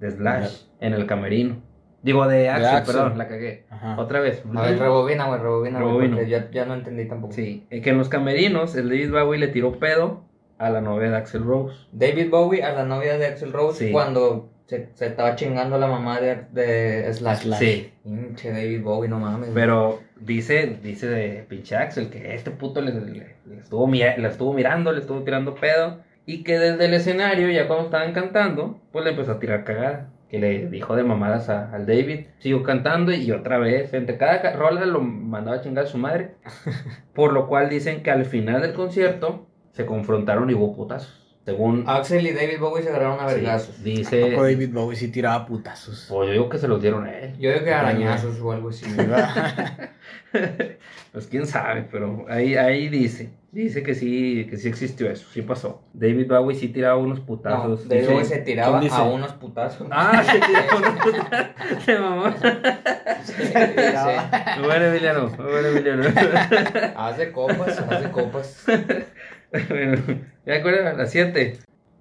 C: de Slash en el camerino. Digo, de Axel,
A: Axl.
C: perdón, la cagué.
A: Ajá.
C: Otra vez.
B: A ver, rebobina, güey, rebobina, güey,
C: Rebobino.
B: porque ya, ya no entendí tampoco.
C: Sí, eh, que en los camerinos el David Bowie le tiró pedo a la novia de Axel Rose.
B: David Bowie a la novia de Axel Rose
C: Sí.
B: cuando se, se estaba chingando a la mamá de, de Slash.
A: Slash.
C: Sí,
B: Pinche David Bowie, no mames.
C: pero dice, dice de pinche Axel que este puto le, le- le estuvo, mi- le estuvo mirando, le estuvo tirando pedo y que desde el escenario, ya cuando estaban cantando, pues le empezó a tirar cagada. Que le dijo de mamadas a- al David. Siguió cantando y otra vez, entre cada ca- rola lo mandaba a chingar a su madre. Por lo cual dicen que al final del concierto se confrontaron y hubo putazos. Según
B: Axel y David Bowie se agarraron a
C: sí,
B: Ah, vergazos.
A: ¿A
C: dice,
A: poco David Bowie sí tiraba putazos.
C: pues yo digo que se los dieron a él.
B: Yo digo que arañazos o algo así.
A: Sí, ¿verdad?
C: Pues quién sabe, pero ahí, ahí dice. Dice que sí, que sí existió eso, sí pasó. David Bowie sí tiraba unos
B: No,
C: putazos.
B: David
C: Dice-
B: Bowie se tiraba
A: dice?
B: a unos putazos.
C: Ah, se tiraba unos putazos. Se mamó.
B: Sí,
A: tiraba.
C: Muy bueno, Emiliano, muy bueno, Emiliano.
B: sí. Hace copas, hace copas.
C: Bueno, ¿Ya acuerdas? La 7.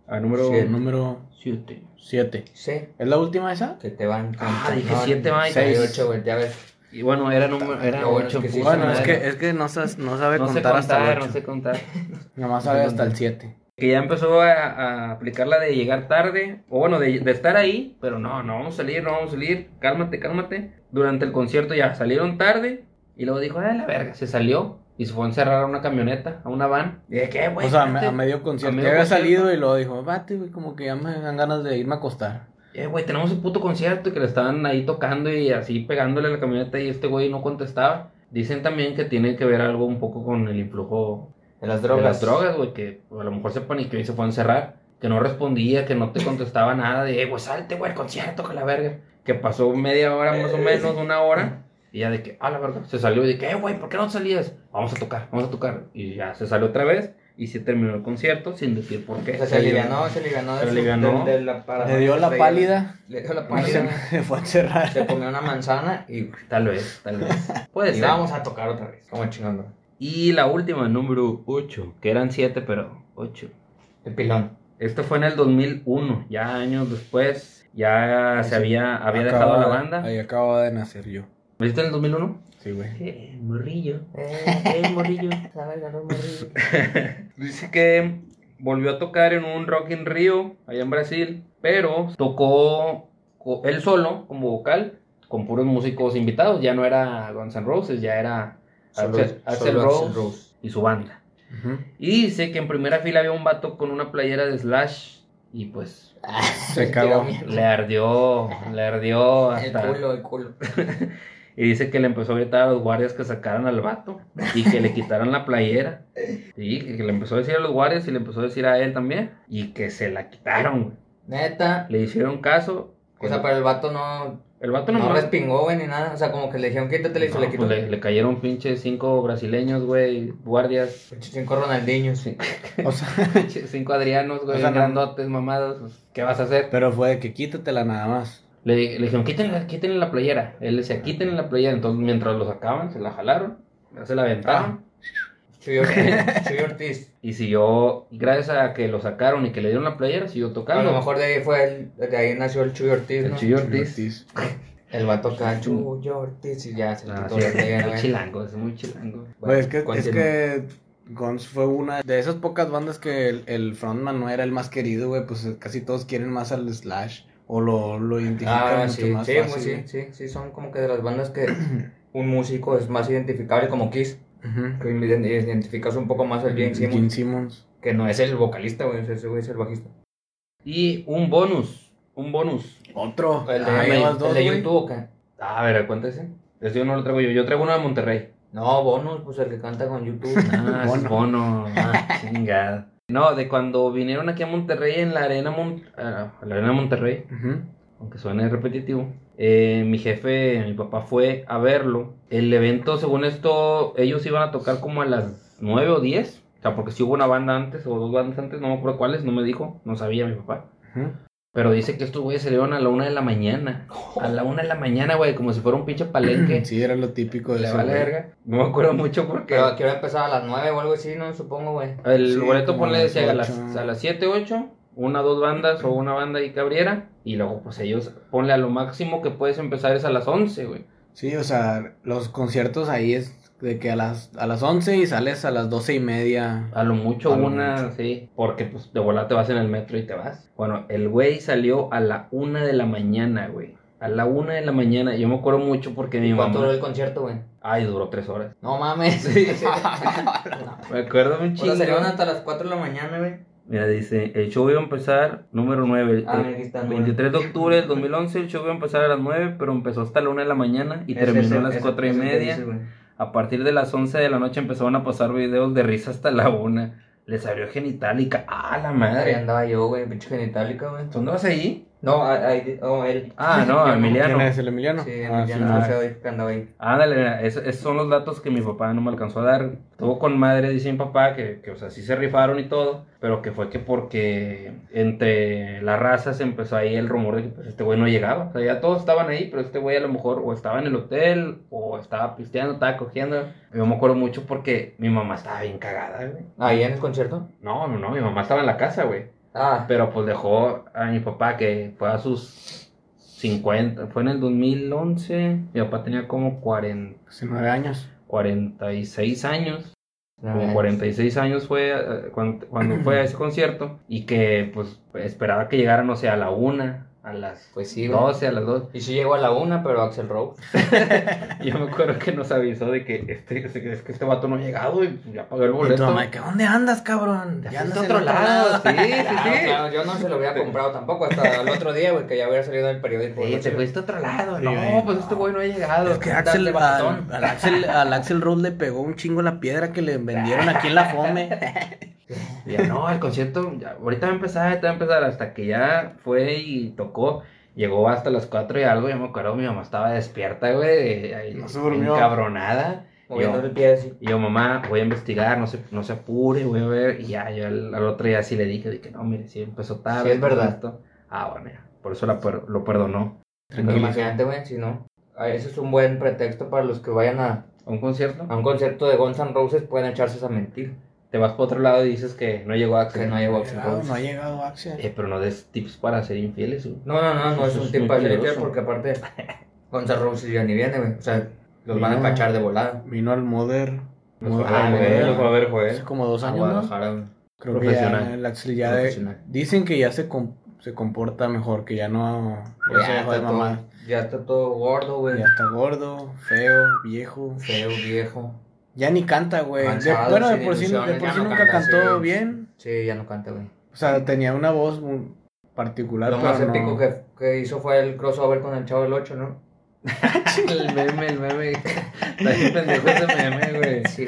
C: A número
A: El número
C: 7.
A: 7.
B: Sí,
A: ¿Es la última esa?
B: que te van.
C: Ah, dije siete, Mike.
B: Seis,
A: Seis.
B: ocho, güey, ya ves.
C: Y bueno, era número era
B: Lo bueno es
C: 8.
B: que sí
A: bueno,
B: son
A: es
B: nueve.
A: que, es que no, sas- no sabe
C: no sé
A: contar hasta
C: contar,
A: el
C: no
A: 8.
C: sé contar.
A: Nomás sabe hasta el 7.
C: Que ya empezó a, a aplicar la de llegar tarde, o bueno, de, de estar ahí, pero no, no vamos a salir, no vamos a salir, cálmate, cálmate. Durante el concierto ya salieron tarde, y luego dijo, ah, la verga, se salió, y se fue a encerrar a una camioneta, a una van. Y dije, ¿qué, güey?
A: O sea, a, me-
C: espérate.
A: a medio concierto.
C: A
A: Ya
C: medio
A: había
C: concierto.
A: salido y luego dijo, vate, güey, como que ya me dan ganas de irme a acostar.
C: Eh, güey, tenemos el puto concierto y que le estaban ahí tocando y así pegándole a la camioneta y este güey no contestaba. Dicen también que tiene que ver algo un poco con el influjo
B: De las
C: de
B: drogas.
C: las drogas, güey, que a lo mejor se paniqueó y se fue a encerrar, que no respondía, que no te contestaba nada de, eh, güey, salte, güey, el concierto, que la verga. Que pasó media hora más
B: Eh,
C: o menos, una hora, y ya de que, ah, la verga, se salió y de que, eh, güey, ¿por qué no salías? Vamos a tocar, vamos a tocar. Y ya se salió otra vez y se terminó el concierto sin decir por qué.
B: O sea, se alivianó, se alivianó. de
C: Se
B: su-
C: alivianó.
B: de- de la paranoia
A: Le dio
B: que
A: la
B: traía.
A: pálida.
B: Le dio la
A: Y
B: pálida.
A: Se fue a encerrar.
B: Se comió una manzana y,
C: Tal vez, tal vez. Puede
B: y
C: ser.
B: vamos a tocar otra vez. Como chingando.
C: Y la última, número 8, que eran 7, pero 8.
B: El pilón.
C: Esto fue en el 2001, ya años después, ya se había, había
A: Acaba-
C: dejado la banda.
A: Ahí acababa de nacer yo.
C: ¿Viste en el 2001?
A: Sí, güey.
C: Eh, morrillo.
B: Eh,
C: Eh, morrillo.
B: ¿sabes? Ganó el morrillo.
C: Dice que volvió a tocar en un Rock in Rio, allá en Brasil, pero tocó co- él solo como vocal con puros músicos invitados. Ya no era Guns N' Roses, ya era
B: Solo-
C: Axel, Axl
B: solo Axl
C: Rose y su banda.
A: Ujú.
C: Y dice que en primera fila había un vato con una playera de Slash y pues
A: Se cagó.
C: le ardió, le ardió
B: El
C: hasta...
B: culo, el culo.
C: Y dice que le empezó a gritar a los guardias que sacaran al vato y que le quitaran la playera. Y que le empezó a decir a los guardias y le empezó a decir a él también y que se la quitaron, güey.
B: Neta.
C: Le hicieron caso.
B: O sea, pero el vato no,
C: El vato
B: no
C: nomás...
B: respingó, güey, ni nada. O sea, como que le dijeron quítatela y se
C: No,
B: le quitó.
C: pues le, le cayeron pinches cinco brasileños, güey, guardias,
B: Cinco Ronaldinhos.
A: O sea,
C: pinches cinco adrianos, güey,
A: O sea, no-
C: grandotes, mamados, pues, ¿qué vas a hacer?
A: pero fue de que quítatela nada más.
C: Le, le dijeron, quítenle, quítenle la playera. Él decía, quítenle la playera. Entonces, mientras lo sacaban, se la jalaron, ya se la aventaron.
B: Chuy Ortiz. Chuy Ortiz.
C: Y siguió, gracias a que lo sacaron y que le dieron la playera, siguió
B: A
C: tocando.
B: lo mejor de ahí fue el, de ahí nació el Chuy Ortiz,
C: el
B: ¿no?
C: Chuy Ortiz.
B: El vato acá, Chuy Ortiz, y ya se le
C: Ah,
B: quitó
C: sí,
B: la
C: es
B: playera,
C: muy
B: güey.
C: chilango, es muy chilango.
A: Güey, es que,
B: Bueno,
A: es
B: continúa.
A: que Guns fue una de esas pocas bandas que el, el frontman no era el más querido, güey. Pues casi todos quieren más al Slash o lo, lo identifican
B: Ah,
A: mucho
B: sí,
A: más
B: sí,
A: fácil.
B: pues sí,
A: güey.
B: sí, sí, son como que de las bandas que un músico es más identificable, como Kiss,
A: Ujú.
B: que ident- identificas un poco más al Gene Simmons,
A: Gene Simmons.
B: que no es el vocalista, güey, ese ese güey es el bajista.
C: Y un bonus, un bonus.
A: Otro.
B: El de,
A: Ah, llevas
B: el
A: dos,
B: de
A: güey.
B: YouTube, ¿o qué?
C: Ah, a ver, cuéntese. Eso yo no lo traigo yo, yo traigo uno de Monterrey.
B: No, Bonus, pues el que canta con YouTube.
C: Ah,
A: Bono.
C: es bono. Ah, chingada. No, de cuando vinieron aquí a Monterrey en la arena, Mon- ah, la arena Monterrey.
A: Ujú.
C: aunque suene repetitivo. eh, mi jefe, mi papá fue a verlo. El evento, según esto, ellos iban a tocar como a las 9 o 10. O sea, porque si hubo una banda antes o dos bandas antes, no me acuerdo cuáles, no me dijo, no sabía mi papá.
A: Ujú.
C: Pero dice que estos güeyes salieron a la una de la mañana. A la una de la mañana, güey, como si fuera un pinche palenque.
A: Sí, era lo típico de
C: Le
A: eso,
C: vale
A: güey.
C: verga. No me acuerdo mucho porque
B: Pero quiero empezar a las 9 o algo así, ¿no? Supongo, güey.
C: el
A: Sí,
C: boleto
A: como a
C: ponle
A: las
C: decía, a
A: ocho.
C: las, a las 7, 8, una dos bandas o una banda y que abriera. Y luego, pues ellos ponle a lo máximo que puedes empezar es a las 11, güey.
A: Sí, o sea, los conciertos ahí es de que a las, a las 11 y sales a las 12 y media.
C: A lo mucho
A: A lo
C: una,
A: mucho.
C: sí. Porque pues de volada te vas en el metro y te vas. Bueno, el güey salió a la una de la mañana, güey. A la una de la mañana. Yo me acuerdo mucho porque mi
B: ¿Cuánto duró
C: mamá.
B: el concierto, güey?
C: Ay, duró tres horas.
B: No mames. no.
C: Me acuerdo un
B: O sea,
C: chingo.
B: salieron hasta las 4 de la mañana, güey.
C: Mira, dice, el show iba a empezar número 9.
B: Ah, aquí está, número.
C: 23 de octubre del 2011, el show iba a empezar a las 9, pero empezó hasta la 1 de la mañana y
B: Ese-
C: terminó
B: ese-
C: a las
B: ese-
C: 4 y
B: ese que
C: media.
B: dices, güey.
C: A partir de las 11 de la noche empezaron a pasar videos de risa hasta la 1. les abrió genitálica. ¡Ah, la
B: Ahí
C: madre!
B: andaba yo, güey, pinche genitálica, güey.
C: ¿Tú andabas ahí?
B: No, a- ahí, oh, él.
C: Ah, no,
B: Yo
A: ¿Quién
C: Emiliano.
A: es el Emiliano?
B: Sí,
A: Ah,
B: ya
A: sí,
B: no
A: no.
B: sé hoy que andaba ahí.
C: Ándale, es- esos son los datos que mi papá no me alcanzó a dar. Estuvo con madre, dice mi papá, que, que, o sea, sí se rifaron y todo, pero que fue que porque entre la raza se empezó ahí el rumor de que pues, este güey no llegaba. O sea, ya todos estaban ahí, pero este güey a lo mejor o estaba en el hotel, o estaba pisteando, estaba cogiendo. Yo me acuerdo mucho porque mi mamá estaba bien cagada, güey.
B: ¿Ahí en el concierto?
C: No, no, mi mamá estaba en la casa, güey.
B: Ah,
C: Pero pues dejó a mi papá que fue a sus 50, fue en el 2011, mi papá tenía como 40.
A: 19 años.
C: 46 años,
B: no,
C: como
B: eh.
C: 46 años fue eh, cuan- cuando, fue a ese concierto y que pues esperaba que llegara, no sé, a la una, a las
B: Pues sí, güey.
C: 12, a las 2.
B: Y sí llegó a la una, pero Axel Rose.
C: Yo me acuerdo que nos avisó de que este, es que este vato no ha llegado y ya pagó el
A: Y tu
C: boleto.
A: mamá, ¿qué dónde andas, cabrón?
C: Ya
A: Ya andas
C: fuiste a
A: en
C: otro lado, sí, sí,
B: Claro,
C: sí.
B: claro, Ah, yo no se lo hubiera comprado tampoco hasta el otro día, güey, que ya hubiera salido del periódico.
C: Sí,
B: güey.
C: te fuiste a otro lado.
A: Sí,
C: No,
A: güey,
C: pues este güey no ha llegado.
A: Es que
C: Estás de
A: Axel,
C: baquetón.
A: al, al Axel, al Axel Rose le pegó un chingo la piedra que le vendieron aquí en la Fome.
C: Y Ya no, el concierto, ya, ahorita va a empezar, ahorita va a empezar, hasta que ya fue y tocó, llegó hasta las 4 y algo, yo me acuerdo, mi mamá estaba despierta, güey, ahí,
A: No se durmió.
C: encabronada. Y yo,
B: Moviendo el pie así.
C: y yo, mamá, voy a investigar, no se, no se apure, voy a ver, y ya, yo al, al otro día sí le dije, de que no, mire, sí empezó tarde.
B: Sí, es
C: todo
B: verdad.
C: esto". Ah, bueno, ya, por eso la per- lo perdonó.
B: Pero
A: Tranquilo.
B: imagínate, güey, si no. Ah, Ese es un buen pretexto para los que vayan a,
C: ¿A ¿Un concierto?
B: a un concierto de Guns N' Roses, pueden echarse esa mentira.
C: Te vas para otro lado y dices que no llegó a
B: Que no llegó Axel
A: Claro,
B: Rose.
A: Ah, no ha llegado Axel.
C: Eh, pero no des tips para ser infieles, güey.
B: No, no, no, no es
C: Eso
B: un
C: es
B: tip
C: muy
B: para ser
C: peligroso.
B: infiel porque aparte Guns N' Roses ya ni viene, güey. O sea, los van a
A: No.
B: cachar de volada.
A: Vino al Moder.
C: Los
A: Moder-
C: fue a ver,
A: Moder,
C: los fue Ah, a ver,
A: Hace
C: joder.
A: como dos
B: A
A: años, ¿no?
B: Guadalajara, güey.
A: Creo que ya
C: Profesional.
A: el Axel ya de-
B: Profesional.
A: dicen que ya se, com- se comporta mejor, que ya no ya se
B: Ya
A: deja de
B: está
A: mamá.
B: todo- ya está todo gordo, güey.
A: Ya está gordo, feo, viejo.
B: Feo, viejo.
A: Ya ni canta, güey. De-
B: Cansado,
A: bueno, de
B: sin
A: por sí, de
B: ilusiones,
A: por
B: ya
A: sí
B: no
A: nunca
B: canta,
A: cantó
B: sí.
A: bien.
B: Sí, ya no canta, güey.
A: O sea, tenía una voz muy particular,
B: Lo
A: pero
B: más
A: no-
B: épico que, que hizo fue el crossover con el Chavo del 8, ¿no?
C: El meme, el meme. Está bien pendejo ese meme, güey.
B: Sí.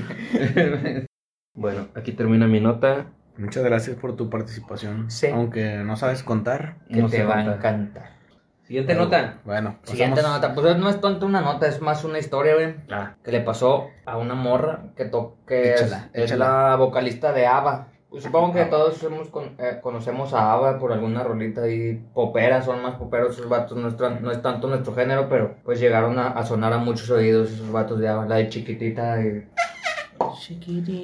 C: Bueno, aquí termina mi nota.
A: Muchas gracias por tu participación.
B: Sí.
A: Aunque no sabes contar.
B: Que
C: No
B: te
C: se
B: va a
C: nota.
B: encantar.
C: Siguiente nota.
A: Bueno,
B: Siguiente
A: pasamos-
B: nota. Pues no es tanto una nota, es más una historia, güey.
C: Ah,
B: Que le pasó a una morra que, to- que es,
A: Échala,
B: es
A: échala.
B: la vocalista de ABBA. Pues Supongo que
C: ABBA.
B: todos hemos con- eh, conocemos a ABBA por alguna rolita ahí. Popera, son más poperos esos vatos. No es, tan- no es tanto nuestro género, pero pues llegaron a, a sonar a muchos oídos esos vatos de ABBA. La de chiquitita y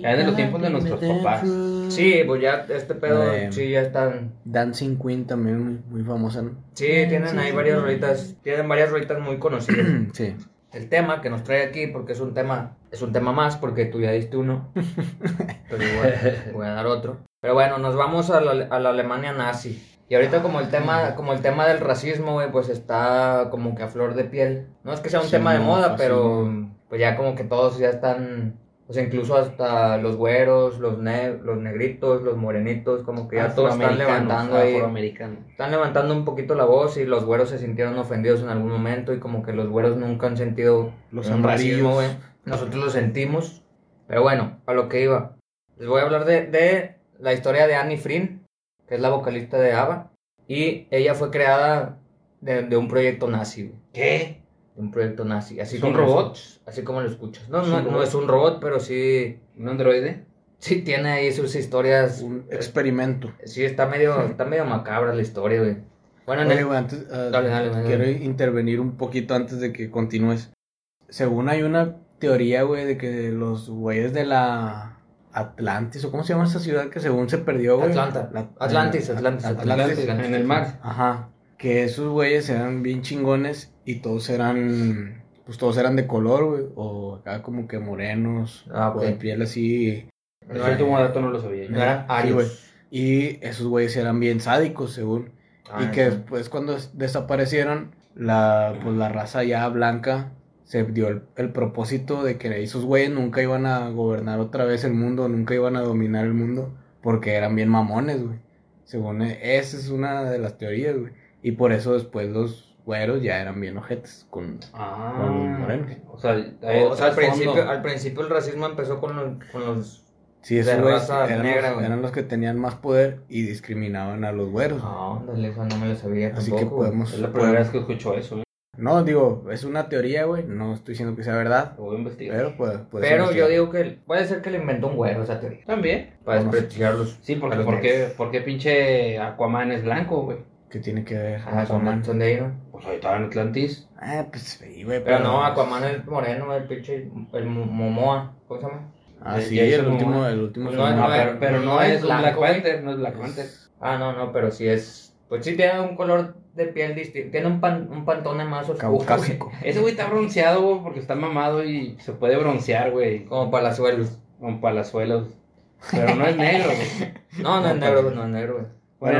C: Ya es de los tiempos de nuestros papás.
B: Sí, pues ya este pedo,
A: Eh,
B: sí, ya están.
A: Dancing Queen también, muy, muy famosa, ¿no?
B: Sí, tienen ahí varias rolitas, tienen varias rolitas muy conocidas.
A: Sí.
B: El tema que nos trae aquí, porque es un tema, es un tema más, porque tú ya diste uno. Pero igual, voy a dar otro. Pero bueno, nos vamos a la, a la Alemania nazi. Y ahorita como el
A: Ah.
B: tema, como el tema del racismo, güey, pues está como que a flor de piel. No es que sea un
A: Sí,
B: tema de
A: no,
B: moda,
A: fascismo.
B: pero pues ya como que todos ya están, pues incluso hasta los güeros, los ne- los negritos, los morenitos, como que ya todos están levantando ahí.
C: Afroamericanos.
B: Están levantando un poquito la voz y los güeros se sintieron ofendidos en algún momento y como que los güeros nunca han sentido
A: Los
B: un
A: amarillos.
B: racismo, güey. Nosotros lo sentimos. Pero bueno, a lo que iba. Les voy a hablar de, de la historia de Annie Frin, que es la vocalista de ABBA. Y ella fue creada de, de un proyecto nazi, güey.
C: ¿Qué?
B: De un proyecto nazi. Así
C: ¿Es
B: como
C: un
B: lo
C: robot?
B: escuchas, Así como lo escuchas. No,
C: ¿Es un
B: no, no
C: robot?
B: es un robot, pero sí,
C: ¿Un androide?
B: sí tiene ahí sus historias.
A: Un experimento.
B: Sí, está medio, está medio macabra la historia, güey. Bueno, en
A: Oye,
B: el-
A: güey, antes, ah,
B: Dale, dale, dale.
A: quiero intervenir un poquito antes de que continúes. Según hay una teoría, güey, de que los güeyes de la Atlantis, o cómo se llama esa ciudad que según se perdió, güey.
B: Atlanta.
A: La-
B: Atlantis,
A: eh,
B: Atlantis,
A: Atlantis.
B: Atlantis.
C: En el mar.
A: Ajá. Que esos güeyes eran bien chingones y todos eran, pues todos eran de color, güey, o acá como que morenos,
B: Ah,
A: o de
B: ok.
A: piel así.
B: No
C: Ese
B: era,
C: último dato no lo sabía. yo.
B: no era
A: Sí,
B: Arios.
A: güey. Y esos güeyes eran bien sádicos, según.
C: Ah,
A: y que
C: entonces,
A: después cuando des- desaparecieron, la, pues, la raza ya blanca se dio el, el propósito de que esos güeyes nunca iban a gobernar otra vez el mundo, nunca iban a dominar el mundo, porque eran bien mamones, güey. Según e- esa es una de las teorías, güey. Y por eso después los güeros ya eran bien ojetes. Con...
C: Ah,
A: con los morenos.
C: O sea,
B: O sea, al
C: fondo.
B: principio, al principio el racismo empezó con los, con los
A: Sí,
B: De
A: esos güeyes
B: raza
A: eran,
B: negra,
A: los,
B: güey.
A: eran los que tenían más poder y discriminaban a los güeros. No,
B: No, ándale, esa no me la sabía
A: Así
B: tampoco.
A: que
B: güey.
A: podemos-
C: Es la primera vez que escucho eso, ¿eh?
A: digo, es una teoría, güey. No estoy diciendo que sea verdad.
C: Lo voy a investigar.
A: Pero, pues, puede
B: Pero
A: ser
B: yo
A: que-
B: digo que puede ser que le inventó un güero esa teoría.
C: También.
B: Para
A: Vamos.
B: desprestigiarlos.
C: Sí, porque
B: A los
C: ¿por qué,
B: negros.
C: por qué pinche Aquaman es blanco, güey?
A: que tiene que ver.
B: Ah,
A: Aquaman.
B: son, son de ahí, ¿no?
C: Pues ahí estaba en Atlantis.
A: Ah, pues sí, güey.
B: Pero no, Aquaman es moreno, el pinche, el Mo- Momoa, ¿cómo se llama?
A: Ah,
C: Eh,
A: sí,
C: Jason
A: el último,
C: Momoa.
A: el último.
B: Pues
A: fue
B: no,
A: una-
B: no, eh,
C: pero, pero no,
B: no
C: es,
B: es
C: un
B: blanco,
C: Black
B: güey.
C: Panther, no es Black Panther.
B: Ah, no, no, pero sí es, pues sí tiene un color de piel distinto, tiene un, pan, un pantone más oscuro. güey.
A: Caucásico.
C: Ese güey está bronceado, güey, porque está mamado y se puede broncear, güey,
B: Como palazuelos.
C: con palazuelos. Pero no es negro, güey.
B: No, no es negro,
A: pues,
B: güey, no es negro, güey.
C: Bueno,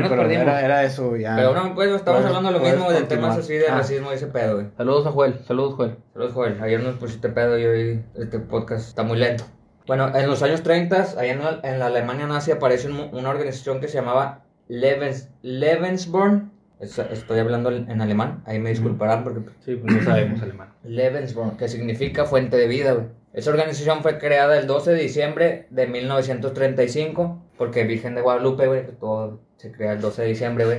A: Bueno,
C: nos
A: pero
C: perdimos.
A: era, era eso ya.
B: Pero no, pues estamos
A: Puedes-
B: hablando lo
A: puedes
B: mismo de temas
A: continuar.
B: así de
C: Ah.
B: racismo y ese pedo, güey.
C: Saludos a Joel, saludos Joel.
B: Saludos, joven. Ayer nos pusiste pedo y hoy este podcast está muy lento. Bueno, en los años 30, allá en la, en la Alemania nazi aparece un- una organización que se llamaba Lebens, Lebensborn. Es- estoy hablando en alemán, ahí me disculparán porque...
C: Sí, pues no sabemos alemán.
B: Lebensborn, que significa fuente de vida, güey. Esa organización fue creada el 12 de diciembre de 1935, porque Virgen de Guadalupe, güey, que todo se crea el 12 de diciembre, güey.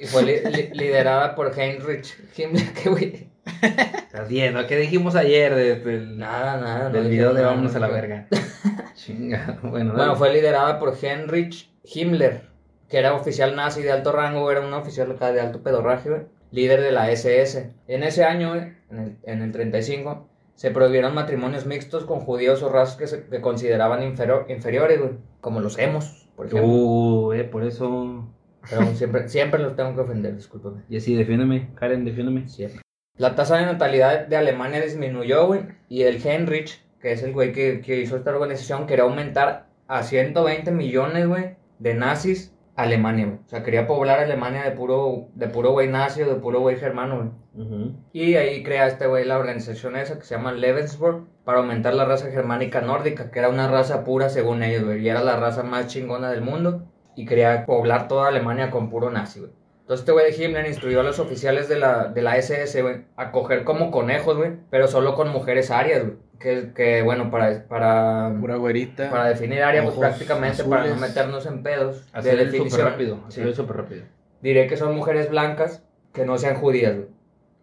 B: Y fue li- li- liderada por Heinrich Himmler, que, güey,
C: Estás viendo, ¿qué dijimos ayer de- del,
B: Nada, nada.
C: del
B: no
C: video
B: dijeron
C: de
B: nada,
C: Vámonos a
B: no
C: la
B: dijeron.
C: verga? Chinga, bueno.
B: Bueno, fue liderada por Heinrich Himmler, que era oficial nazi de alto rango, era un oficial acá de alto pedorraje, güey, líder de la SS. En ese año, güey, en el, en el 35, se prohibieron matrimonios mixtos con judíos o razas que se que consideraban infero- inferiores, güey, como los hemos, por ejemplo.
C: Uh, eh, por eso...
B: Pero siempre, siempre los tengo que ofender, discúlpame.
C: Y así, defiéndeme, Karen, defiéndeme.
B: Siempre. La tasa de natalidad de Alemania disminuyó, güey, y el Heinrich, que es el güey que, que hizo esta organización, quería aumentar a 120 millones, güey, de nazis a Alemania, güey. O sea, quería poblar Alemania de puro, de puro güey nazi o de puro güey germano, güey. Y ahí crea este güey la organización esa que se llama Lebensborn para aumentar la raza germánica nórdica, que era una raza pura según ellos, güey, y era la raza más chingona del mundo. Y quería poblar toda Alemania con puro nazi, güey. Entonces este güey de Himmler instruyó a los oficiales de la, de la SS, güey, a coger como conejos, güey, pero solo con mujeres arias, güey. Que, que, bueno, para, para,
A: Pura güerita.
B: para definir área, pues
A: ojos
B: prácticamente para no
A: azules.
B: meternos en pedos
C: Así
B: de
C: es súper
B: definición.
C: rápido,
B: Sí.
C: así es súper rápido.
B: Diré que son mujeres blancas que no sean judías, güey.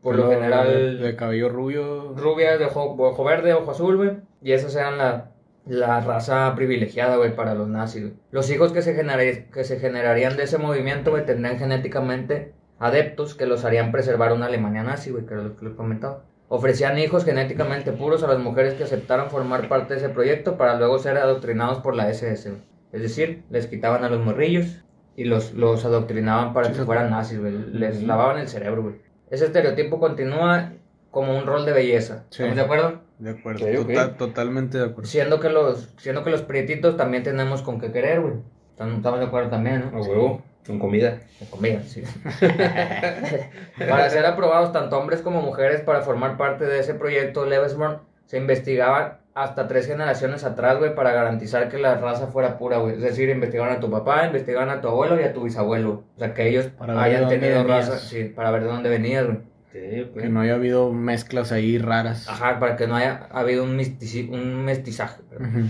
B: Por lo
A: Pero
B: general
A: De cabello rubio.
B: rubias de ojo, ojo verde, ojo azul, güey. Y esas eran la, la raza privilegiada, güey, para los nazis, güey. Los hijos que se, genera- que se generarían de ese movimiento, güey, tendrían genéticamente adeptos que los harían preservar una Alemania nazi, güey, que era lo que les comentaba. Ofrecían hijos genéticamente puros a las mujeres que aceptaron formar parte de ese proyecto para luego ser adoctrinados por la SS, güey. Es decir, les quitaban a los morrillos y los, los adoctrinaban para que fueran nazis, güey. Les
C: Ujú.
B: lavaban el cerebro, güey. Ese estereotipo continúa como un rol de belleza.
A: Sí.
B: ¿Estamos de acuerdo?
A: De acuerdo.
C: Ok, ok.
A: tota- totalmente de acuerdo.
B: Siendo que los, siendo que los prietitos también tenemos con qué querer, güey. Estamos estamos de acuerdo también,
C: A
B: ¿no?
C: huevo, con comida.
B: Con comida, sí. para ser aprobados tanto hombres como mujeres para formar parte de ese proyecto Levesmore, se investigaban hasta tres generaciones atrás, güey, para garantizar que la raza fuera pura, güey. Es decir, investigaban a tu papá, investigaban a tu abuelo y a tu bisabuelo. O sea, que ellos
A: Para ver
B: hayan
A: de dónde
B: tenido
A: venías.
B: raza, sí, para ver de dónde venías, güey.
C: Sí, pues.
A: Que no haya habido mezclas ahí raras.
B: Ajá, para que no haya habido un, mistici- un mestizaje. perdón.
A: Ujú.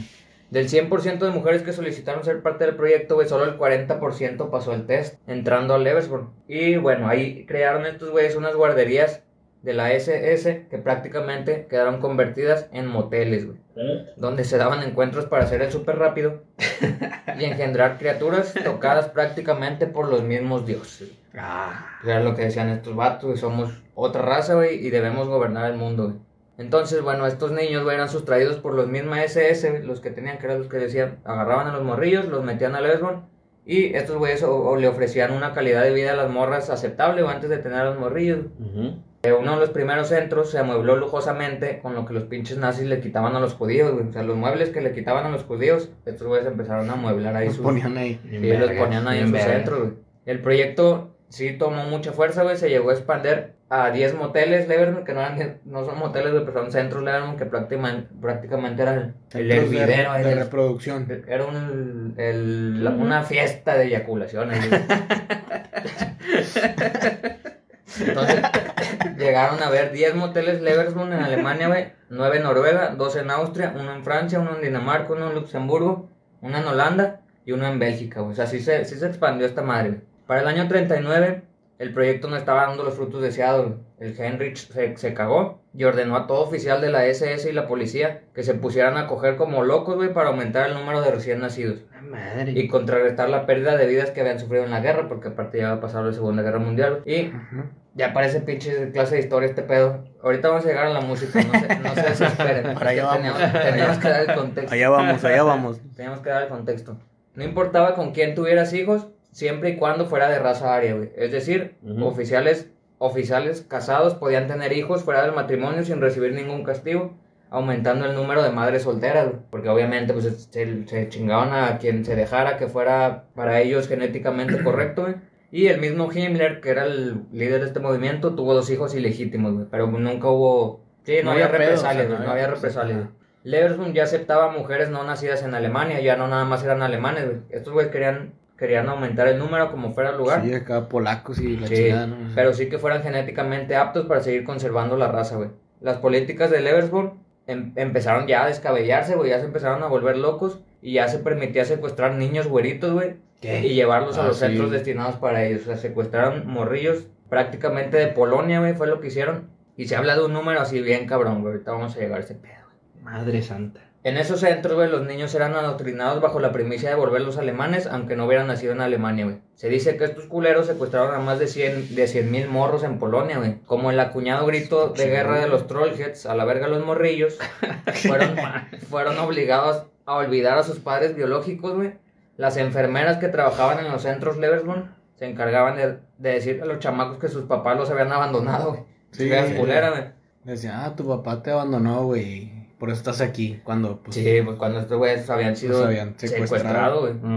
B: Del 100% de mujeres que solicitaron ser parte del proyecto, güey, solo el 40% pasó el test, entrando a Leversburg. Y bueno, ahí crearon estos güeyes unas guarderías de la SS que prácticamente quedaron convertidas en moteles, güey, donde se daban encuentros para hacer el súper rápido y engendrar criaturas tocadas prácticamente por los mismos dioses.
C: Ah,
B: Pues Era lo que decían estos vatos, güey, somos otra raza, güey, y debemos gobernar el mundo, güey. Entonces, bueno, estos niños, güey, eran sustraídos por los mismos SS, güey, los que tenían, que eran los que decían, agarraban a los morrillos, los metían a Lesbon, y estos güeyes o- o le ofrecían una calidad de vida a las morras aceptable, güey, antes de tener a los morrillos.
C: ujú.
B: Eh, Uno de los primeros centros se amuebló lujosamente con lo que los pinches nazis le quitaban a los judíos, güey. O sea, los muebles que le quitaban a los judíos, estos güeyes empezaron a amueblar ahí
A: Los
B: sus,
A: ponían ahí.
B: y los ponían ahí en su
C: Verga.
B: centro, güey. El proyecto sí tomó mucha fuerza, güey. Se llegó a expandir a 10 moteles Leverman, que no, eran, no son moteles, güey, pero son centros Leverman que prácticamente, prácticamente era el, el
A: Centros de-
B: hervidero.
A: de,
B: era el-
A: reproducción.
B: era un, el- la- una fiesta de eyaculaciones. güey. Entonces, lleg- llegaron a ver 10 moteles Leversbund en Alemania, güey, 9 en Noruega, 2 en Austria, uno en Francia, uno en Dinamarca, uno en Luxemburgo, uno en Holanda y uno en Bélgica, güey. O sea, sí se, sí se expandió esta madre. güey. Para el año 39, el proyecto no estaba dando los frutos deseados. güey. El Heinrich se, se cagó y ordenó a todo oficial de la SS y la policía que se pusieran a coger como locos, güey, para aumentar el número de recién nacidos
C: La madre.
B: y contrarrestar la pérdida de vidas que habían sufrido en la guerra, porque aparte ya había pasado la Segunda Guerra Mundial. Y
A: Ajá.
B: ya parece pinche clase de historia este pedo. Ahorita vamos a llegar a la música, no se, no se desesperen.
A: Para allá
B: porque
A: vamos.
B: Teníamos, teníamos que dar el contexto.
A: Allá vamos, allá vamos.
B: Teníamos que dar el contexto. No importaba con quién tuvieras hijos, siempre y cuando fuera de raza aria, güey. Es decir,
C: Ujú.
B: oficiales, oficiales casados podían tener hijos fuera del matrimonio sin recibir ningún castigo, aumentando el número de madres solteras, güey. Porque obviamente pues, se, se chingaban a quien se dejara que fuera para ellos genéticamente correcto, güey. Y el mismo Himmler, que era el líder de este movimiento, tuvo dos hijos ilegítimos, güey. Pero nunca hubo... Sí, no,
A: No
B: había
A: había pedo,
B: represalias,
A: o sea,
B: güey,
A: no
B: no
A: había-
B: había represalias.
A: Ajá.
B: Leversum ya aceptaba mujeres no nacidas en Alemania, ya no nada más eran alemanes, güey. Estos güeyes querían, querían aumentar el número como fuera el lugar.
A: Sí, acá polacos y la
B: Sí,
A: chingada, ¿no?
B: pero sí que fueran genéticamente aptos para seguir conservando la raza, güey. Las políticas de Leversburg em- empezaron ya a descabellarse, güey, ya se empezaron a volver locos y ya se permitía secuestrar niños güeritos, güey, y llevarlos a
A: Ah,
B: los
A: sí.
B: centros destinados para ellos. O sea, secuestraron morrillos prácticamente de Polonia, güey, fue lo que hicieron. Y se habla de un número así bien cabrón, güey. Ahorita vamos a llegar a ese pedo.
C: Madre santa.
B: En esos centros, güey, los niños eran adoctrinados bajo la premisa de volverlos alemanes, aunque no hubieran nacido en Alemania, güey. Se dice que estos culeros secuestraron a más de 100 de 100.000 morros en Polonia, güey. Como el acuñado grito de guerra de los Trollheads, a la verga los morrillos, fueron, fueron obligados a olvidar a sus padres biológicos, güey. Las enfermeras que trabajaban en los centros Leversburg se encargaban de, de decir a los chamacos que sus papás los habían abandonado, güey.
A: Sí,
B: Eran
A: sí.
B: culeras, güey.
A: Decía, ah, tu papá te abandonó, güey. Por eso estás aquí. Cuando, pues,
B: Sí, pues cuando estos güeyes habían sido
A: Los habían secuestrado.
B: secuestrados, güey.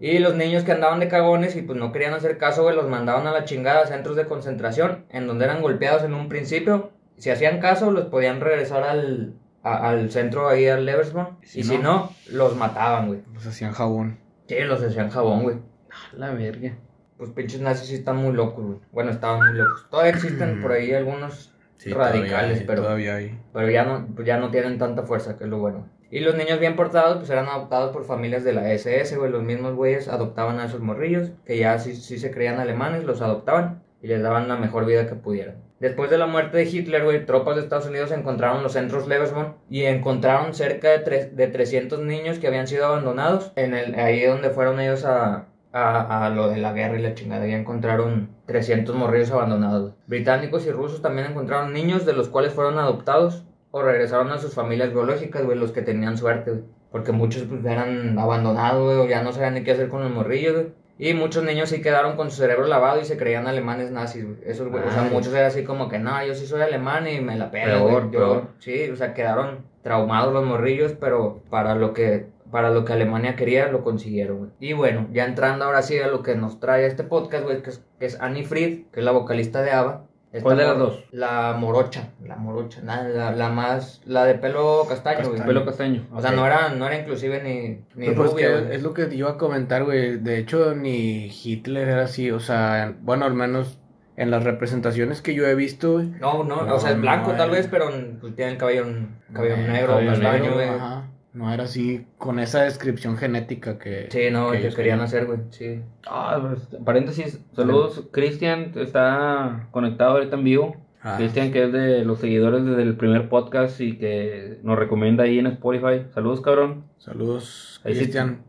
B: Y los niños que andaban de cagones y pues no querían hacer caso, güey, los mandaban a la chingada a centros de concentración, en donde eran golpeados en un principio. Si hacían caso, los podían regresar al, a- al centro ahí, al Leversburg.
A: Si
B: y si no, los mataban, güey.
A: pues hacían jabón.
B: Sí, los hacían jabón, güey.
C: A la verga.
B: Pues pinches nazis sí están muy locos, güey. Bueno, estaban muy locos. Todavía existen por ahí algunos radicales,
A: Mm. todavía hay,
B: pero...
A: Todavía hay.
B: pero ya no, pues, ya no tienen tanta fuerza, que es lo bueno. Y los niños bien portados, pues eran adoptados por familias de la SS, güey. Los mismos güeyes adoptaban a esos morrillos, que ya sí, sí se creían alemanes, los adoptaban y les daban la mejor vida que pudieran. Después de la muerte de Hitler, güey, tropas de Estados Unidos encontraron los centros Levesmond y encontraron cerca de, tres- de 300 niños que habían sido abandonados en el, ahí donde fueron ellos a, a, a lo de la guerra y la chingada. Ya encontraron 300 morrillos abandonados. Británicos y rusos también encontraron niños de los cuales fueron adoptados o regresaron a sus familias biológicas, güey, los que tenían suerte, güey. Porque muchos pues, eran abandonados, güey, o ya no sabían ni qué hacer con los morrillos, güey. Y muchos niños sí quedaron con su cerebro lavado y se creían alemanes nazis, güey. Esos, güey, o sea,
C: Madre.
B: muchos eran así como que, no, yo sí soy alemán y me la
C: Peor,
B: pela, güey. Yo-
C: peor.
B: Sí, o sea, quedaron traumados los morrillos, pero para lo que para lo que Alemania quería lo consiguieron, güey. Y bueno, ya entrando ahora sí a lo que nos trae este podcast, güey, que es, que es Annie Fried, que es la vocalista de ABBA. Esta
C: ¿Cuál de las
B: mor-
C: dos?
B: La morocha, la morocha, la, la, la más, la de pelo castaño, güey.
A: Castaño.
C: Pelo castaño.
B: O sea, no era, no era inclusive ni, ni
A: Pero,
B: eh.
A: pues,
B: rubia,
A: que
B: güey.
A: es lo que te iba a comentar, güey. De hecho, ni Hitler era así. O sea, bueno, al menos en las representaciones que yo he visto, güey.
B: No, no,
A: No,
B: o sea, es
A: no,
B: blanco tal
A: era-
B: vez, pero pues, tiene el cabello, cabello
A: Eh,
B: negro,
A: cabello
B: castaño,
A: negro,
B: güey.
A: ajá. No era así con esa descripción genética que.
B: Sí, no,
A: que
B: que
A: ellos
B: querían hacer, güey, sí.
C: Ah, pues, paréntesis, saludos. Cristian está conectado ahorita en vivo.
A: Ah,
C: Cristian, que es de los seguidores desde el primer podcast y que nos recomienda ahí en Spotify. Saludos, cabrón.
A: saludos,
C: Ahí sí.
A: Cristian.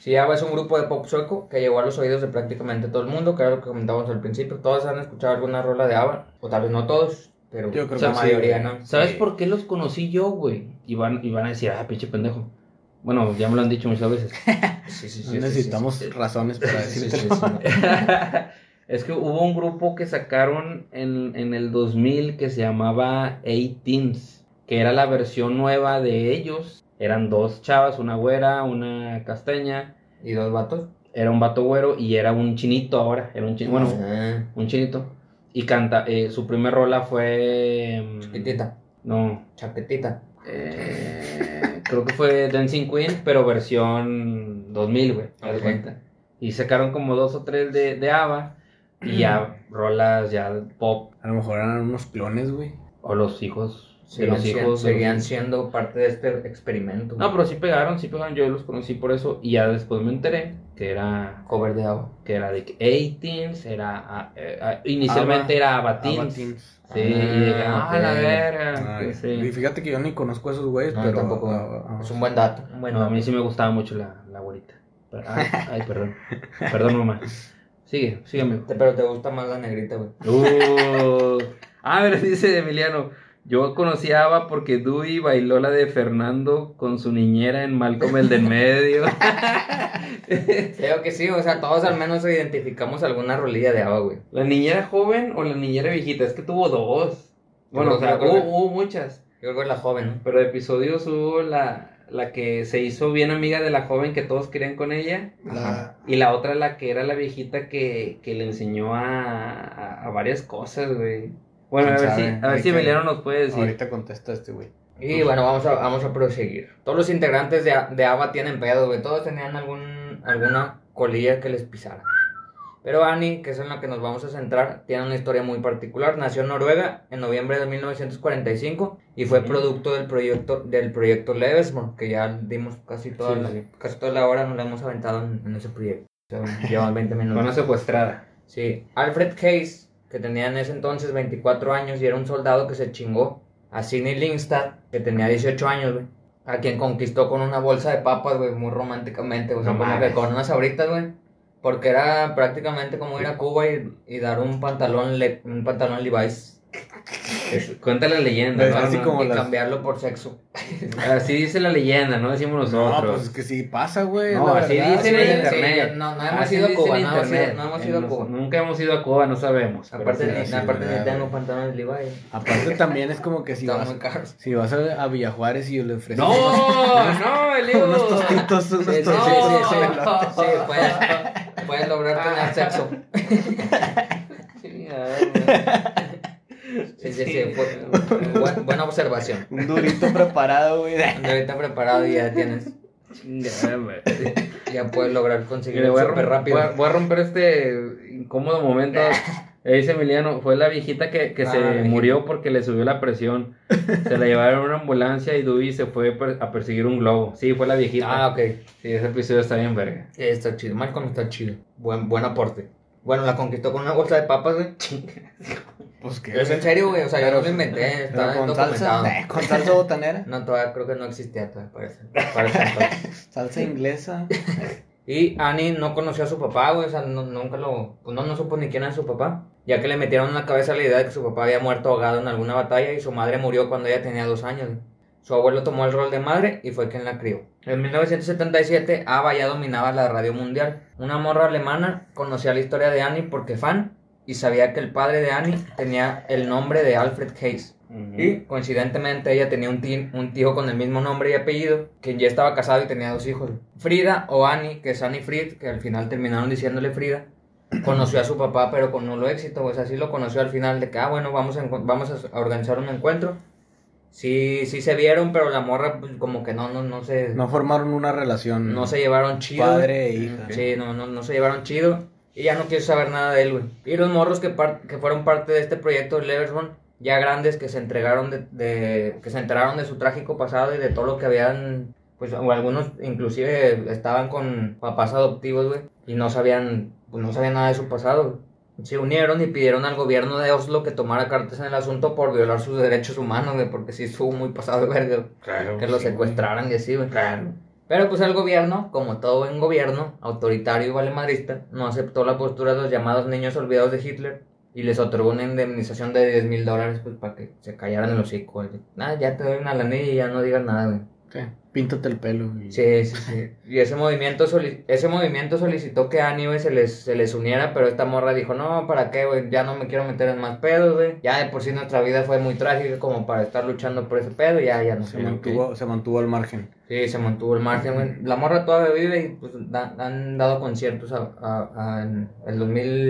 B: Sí, ABBA es un grupo de pop sueco que llegó a los oídos de prácticamente todo el mundo, que era lo que comentábamos al principio. Todos han escuchado alguna rola de ABBA, o tal vez no todos, pero
A: Yo creo
B: la
A: que sí,
B: mayoría,
A: güey.
B: ¿no?
C: ¿Sabes
B: Sí.
C: por qué los conocí yo, güey? Y van, y van a decir, ah, pinche pendejo. Bueno, ya me lo han dicho muchas veces.
B: Sí, sí, sí,
A: No
B: sí, sí,
A: necesitamos
B: sí, sí.
A: razones para
B: Sí, sí,
A: decirte.
B: sí, sí.
C: es que hubo un grupo que sacaron en, en el 2000 que se llamaba A-Teens, que era la versión nueva de ellos. Eran dos chavas, una güera, una castaña,
B: ¿Y dos vatos?
C: era un vato güero y era un chinito ahora, era un chinito, bueno,
B: Ah,
C: un chinito. Y canta, eh, su primer rola fue... mm,
B: Chiquitita,
C: No,
B: chaquetita.
C: eh, creo que fue Dancing Queen, pero versión 2000, güey. haz de
B: Ok.
C: cuenta. Y sacaron como dos o tres de, de ABBA. Y ya rolas, ya pop,
A: A lo mejor eran unos clones, güey.
C: o los hijos. de
B: Seguían,
C: los
B: siendo-
C: hijos de los-
B: seguían siendo parte de este experimento.
C: No, pero sí pegaron, sí pegaron. Yo los conocí por eso. Y ya después me enteré que era
B: Cover de agua.
C: que era de 18s, era ah, eh, ah, inicialmente era Abatins.
A: Abba Teens.
C: Sí, y dije,
B: Ah,
C: ah, la
B: ok.
C: verga.
A: Ah, ya.
C: sí.
A: Y fíjate que yo ni conozco a esos güeyes,
B: No,
A: pero
B: tampoco.
A: ah, ah,
B: es un buen dato. un buen
C: Bueno, a
B: dato.
C: mí sí me gustaba mucho la, la abuelita. Pero- Ay, ay, perdón. Perdón, mamá. Sigue, sigue, amigo.
B: Te- Pero te gusta más la negrita, güey.
C: Uh. Ah, pero dice Emiliano. Yo conocí a Ava porque Dewey bailó la de Fernando con su niñera en Malcolm el del medio.
B: Creo que sí, o sea, todos al menos identificamos alguna rolilla de agua, güey.
C: ¿La niñera joven o la niñera viejita? Es que tuvo dos. Bueno, o sea,
B: Yo creo
C: hubo,
B: que-
C: hubo muchas.
B: Yo creo que es la joven, ¿no?
C: Pero episodios hubo la, la que se hizo bien amiga de la joven que todos querían con ella.
A: la-
C: Y la otra, la que era la viejita que, que le enseñó a, a- a varias cosas, güey. Bueno, a
A: ¿Quién
C: ver si,
A: sabe?
C: a ver
A: Hay
C: si
A: que-
C: Emiliano nos puede decir.
A: Ahorita contesta este güey.
B: Y bueno, vamos a, vamos a proseguir. Todos los integrantes de, A- de ABBA tienen pedo, güey. Todos tenían algún, alguna colilla que les pisara. Pero Annie, que es en la que nos vamos a centrar, tiene una historia muy particular. Nació en Noruega en noviembre de 1945 y fue
C: Ujú.
B: producto del proyecto del proyecto Levesmore, que ya dimos casi toda,
C: Sí,
B: la,
C: sí.
B: casi toda la hora, nos la hemos aventado en, en ese proyecto. O sea, Llevan 20 minutos.
C: Bueno, secuestrada.
B: Sí, Alfred Hayes, que tenía en ese entonces 24 años y era un soldado que se chingó a Sidney Lindstad, que tenía 18 años, güey. A quien conquistó con una bolsa de papas, güey, muy románticamente, o sea,
C: No
B: como
C: mames.
B: que con unas abritas, güey. Porque era prácticamente como ir a Cuba y, y dar un pantalón, le- un pantalón Levi's
C: Es- Cuenta la leyenda,
A: Es
C: ¿no?
A: así
C: No,
A: como-
B: y
A: las-
B: cambiarlo por sexo.
C: Así dice la leyenda, no decimos
A: No,
C: nosotros.
A: pues es que sí pasa, güey.
C: No,
A: la
C: así
A: verdad.
C: dicen
A: Sí,
C: Ah, en
B: sí,
C: internet.
B: sí, no- no hemos
C: Así
B: ido a
C: dicen
B: Cuba,
C: en
B: no hemos
C: internet.
B: ido- no hemos ido a
C: Eh,
B: Cuba.
C: Nunca hemos ido a Cuba, no sabemos. pero
B: Aparte,
C: sí,
B: ni,
A: así
B: aparte
A: era,
B: ni tengo
A: güey.
B: pantalones Levi's.
A: Aparte también es como que si
B: Están
A: vas,
B: muy caros.
A: si vas a, a Villajuárez y le ofreces unos-
C: No, no, Eliu.
A: unos tostitos, unos
B: Sí, sí, sí,
A: tostitos.
B: sí, sí.
A: pelotas.
B: Sí, puedes, puedes lograr tener sexo. Sí, sí, sí. bu- buen- buena observación.
A: Un durito preparado, güey.
B: Ahorita preparado y ya tienes.
C: Chingada, güey.
B: Ya puedes lograr conseguir
C: Mira, voy, a
B: súper
C: romper,
B: rápido.
C: voy a- voy a romper este incómodo momento. Eh, Dice Emiliano, fue la viejita que, que
B: Ah,
C: se
B: la viejita.
C: murió porque le subió la presión. Se la llevaron a una ambulancia y Dewey se fue per- a perseguir un globo. Sí, fue la viejita.
B: Ah, ok.
C: Sí, ese episodio está bien verga.
B: Sí, Está chido. Malcolm está chido. Buen, buen aporte. Bueno, la conquistó con una bolsa de papas, güey.
A: Pues que.
B: Es en serio, güey. O sea, yo no lo inventé.
A: pero
B: Está
A: con
B: documentado.
A: salsa, eh, con salsa botanera,
B: No, todavía creo que no existía todavía. Parece. parece entonces.
A: salsa inglesa.
B: Y Annie no conoció a su papá, güey, o sea, no- nunca lo... Pues no, no supo ni quién era su papá, ya que le metieron en la cabeza la idea de que su papá había muerto ahogado en alguna batalla y su madre murió cuando ella tenía dos años. güey. Su abuelo tomó el rol de madre y fue quien la crió. En 1977, Ava ya dominaba la radio mundial. Una morra alemana conocía la historia de Annie porque fan y sabía que el padre de Annie tenía el nombre de Alfred Hayes. Y coincidentemente ella tenía un, ti- un tío con el mismo nombre y apellido, quien ya estaba casado y tenía dos hijos. Frida o Annie, que es Annie Fried, que al final terminaron diciéndole Frida, conoció a su papá pero con nulo éxito, pues así lo conoció al final de que, ah, bueno, vamos a, encon- vamos a s- a organizar un encuentro. Sí, sí se vieron, pero la morra pues, como que no, no, no se, no,
A: No formaron una relación.
B: se llevaron chido.
A: Padre e hija.
B: Sí, no, no, no se llevaron chido. Y ya no quiso saber nada de él, güey. Y los morros que, par- que fueron parte de este proyecto de Leversborn, ya grandes, que se entregaron de, de- que se enteraron de su trágico pasado y de todo lo que habían. Pues o algunos inclusive estaban con papás adoptivos, güey. Y no sabían, pues, no sabían nada de su pasado, güey. Se unieron y pidieron al gobierno de Oslo que tomara cartas en el asunto por violar sus derechos humanos, güey, porque sí estuvo muy pasado de verga. güey.
C: Claro.
B: Que lo secuestraran y así, güey. Claro. Pero pues el gobierno, como todo buen gobierno, autoritario y valemadrista, no aceptó la postura de los llamados niños olvidados de Hitler y les otorgó una indemnización de 10 mil dólares pues para que se callaran el hocico. güey. Nada, ya te doy una lanilla y ya no digas nada, güey.
A: Sí, Píntate el pelo. y-
B: Sí, sí, sí. Y ese movimiento, soli- ese movimiento solicitó que a Annie, güey, se les, se les uniera, pero esta morra dijo, no, ¿para qué, güey? Ya no me quiero meter en más pedos, güey. Ya de por sí nuestra vida fue muy trágica como para estar luchando por ese pedo, ya, ya no
A: Se
B: sé.
A: mantuvo, se mantuvo al margen.
B: Sí, se mantuvo el margen, güey. La morra todavía vive y pues da- han dado conciertos a, a- a- en el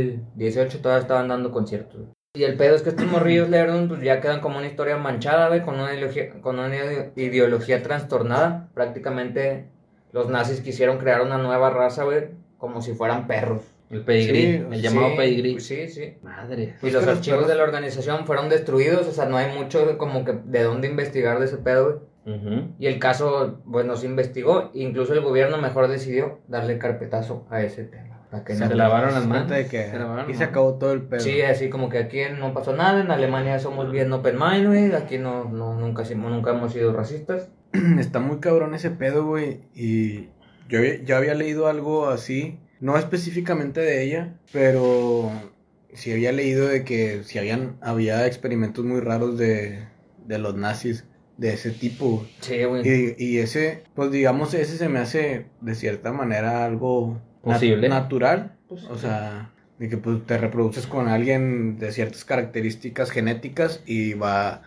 B: 2018 todavía estaban dando conciertos. Y el pedo es que estos morrillos Lerdun pues ya quedan como una historia manchada, güey, con una ideología, con una ide- ideología trastornada. Prácticamente los nazis quisieron crear una nueva raza, güey, como si fueran perros.
C: El pedigrí,
A: Sí,
C: el llamado
B: Sí, Pues
C: pedigrí.
B: Sí, sí.
C: Madre.
B: Y
C: Pues
B: los
C: que
B: archivos
C: perros-
B: de la organización fueron destruidos, o sea, no hay mucho como que de dónde investigar de ese pedo. güey.
C: Ujú.
B: Y el caso, pues no se investigó, incluso el gobierno mejor decidió darle carpetazo a ese tema. para que
C: Se la
B: no-
C: lavaron las manos.
A: Cuenta de que
C: Se lavaron
A: y
C: las
A: se
C: manos. eh.
A: acabó todo el pedo.
B: Sí, así como que aquí no pasó nada, en Alemania somos bien open mind, güey, aquí no, no, nunca, hicimos- nunca hemos sido racistas.
A: Está muy cabrón ese pedo, güey. Y yo ya había leído algo así, no específicamente de ella, pero sí había leído de que si habían, había experimentos muy raros de, de los nazis de ese tipo.
B: Sí, güey.
A: Y, Eh, y ese, pues digamos, ese se me hace de cierta manera algo nat-
C: Posible.
A: natural.
B: Pues,
A: O sea, de que pues, te reproduces con alguien de ciertas características genéticas y va,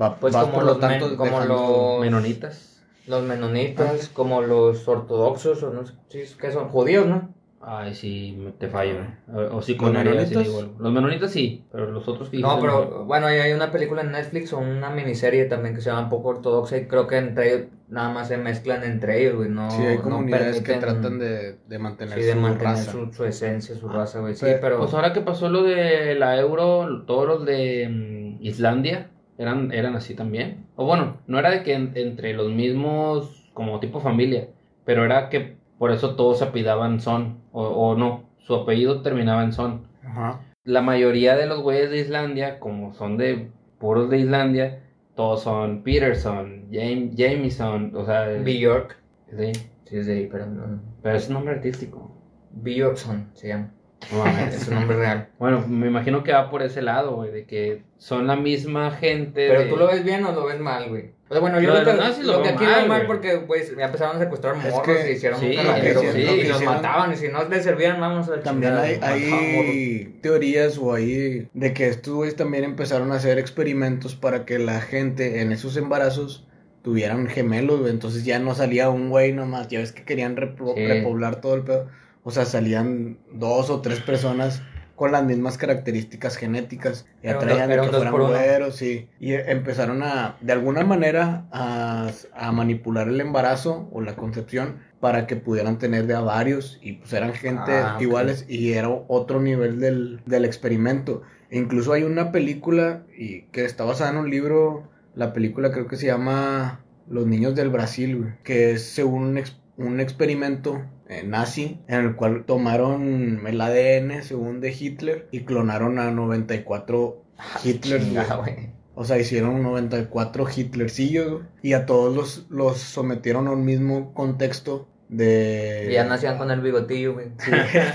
A: va
B: Pues,
A: vas
B: como
A: por lo
B: los men-
A: tanto
B: como
A: dejando-
B: los-
C: Menonitas.
B: los menonitas, como los ortodoxos, o no sé, sí, que son judíos, ¿no?
C: Ay, sí, me- te fallo. eh. O, o sí,
A: ¿Los
C: con Arias, sí,
A: menonitas?
C: digo algo. Los menonitas sí, pero los otros que
B: No,
C: dijiste,
B: pero bueno, hay- hay una película en Netflix o una miniserie también que se llama un poco ortodoxa y creo que entre ellos nada más se mezclan entre ellos, güey. No,
A: Sí, hay
B: no
A: comunidades que
B: permiten-
A: tratan de, de mantener,
B: sí, de
A: su
B: mantener
A: raza.
B: su, su esencia, su
A: Ah,
B: raza, güey. Sí,
A: pero-
B: pero.
C: Pues ahora que pasó lo de la euro, todos los de mm, Islandia eran, eran así también. O bueno, no era de que en- entre los mismos, como tipo familia, pero era que por eso todos se apidaban Son, o, o no, su apellido terminaba en Son.
A: Ajá.
C: La mayoría de los güeyes de Islandia, como son de puros de Islandia, todos son Peterson, Jam- Jameson, o sea,
B: Bjork.
C: sí,
B: Sí, es de ahí, pero no. no.
C: pero es un nombre artístico.
B: Bjorkson se llama.
C: No mames.
B: Es un nombre real.
C: Bueno, me imagino que va por ese lado, güey, de que son la misma gente.
B: Pero
C: de-
B: tú lo ves bien o lo ves mal, güey. O sea, bueno, yo
C: Lo de
B: lo, que-
C: los nazis lo
B: lo que
C: veo
B: aquí veo
C: mal,
B: mal
C: güey.
B: porque, pues, ya empezaron a secuestrar
A: Es
B: morros
A: que-
B: y hicieron
C: sí,
B: un
C: lo que
B: cagadero,
C: hicieron,
B: güey,
C: lo que
B: y los
A: hicieron.
B: mataban. Y si no les servían, vamos a
A: También hay,
B: Morros.
A: hay teorías o hay de que estos güeyes también empezaron a hacer experimentos para que la gente en esos embarazos tuvieran gemelos, güey. Entonces ya no salía un güey nomás. Ya ves que querían repro-
C: Sí.
A: repoblar todo el pedo. O sea, salían dos o tres personas con las mismas características genéticas. Y
B: Era un
A: atraían
B: dos-
A: de
B: era
A: que
B: un dos
A: fueran
B: por uno.
A: güeros, sí. Y eh, empezaron a, de alguna manera, a, a manipular el embarazo o la concepción para que pudieran tener de a varios. Y pues eran gente
B: Ah, ok.
A: iguales y era otro nivel del, del experimento. Incluso hay una película y que está basada en un libro. La película creo que se llama Los niños del Brasil, güey, que es según un, ex- un experimento eh, nazi en el cual tomaron el ADN según de Hitler y clonaron a 94 Hitlers, güey.
B: Chingada, güey.
A: O sea, hicieron 94 Hitlercillos güey, y a todos los, los sometieron a un mismo contexto de...
B: Y ya nacían con el bigotillo, güey.
A: Eh. Sí,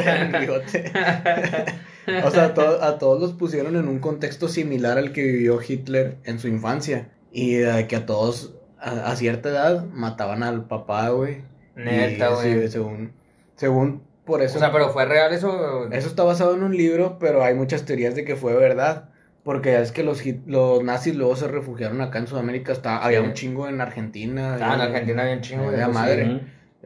A: el bigote. o sea, a, to- a todos los pusieron en un contexto similar al que vivió Hitler en su infancia. Y eh, que a todos, a, a cierta edad, mataban al papá, güey. Y
B: Neta,
A: así,
B: güey.
A: según, según por eso.
B: O sea, pero fue real eso.
A: Eso está basado en un libro, pero hay muchas teorías de que fue verdad. Porque ya es que los, hit- los nazis luego se refugiaron acá en Sudamérica. Está, había
B: Sí.
A: un chingo en Argentina.
B: Ah, en
A: había-
B: Argentina había un chingo de
A: Había
B: eso, sí.
A: madre.
C: Ujú.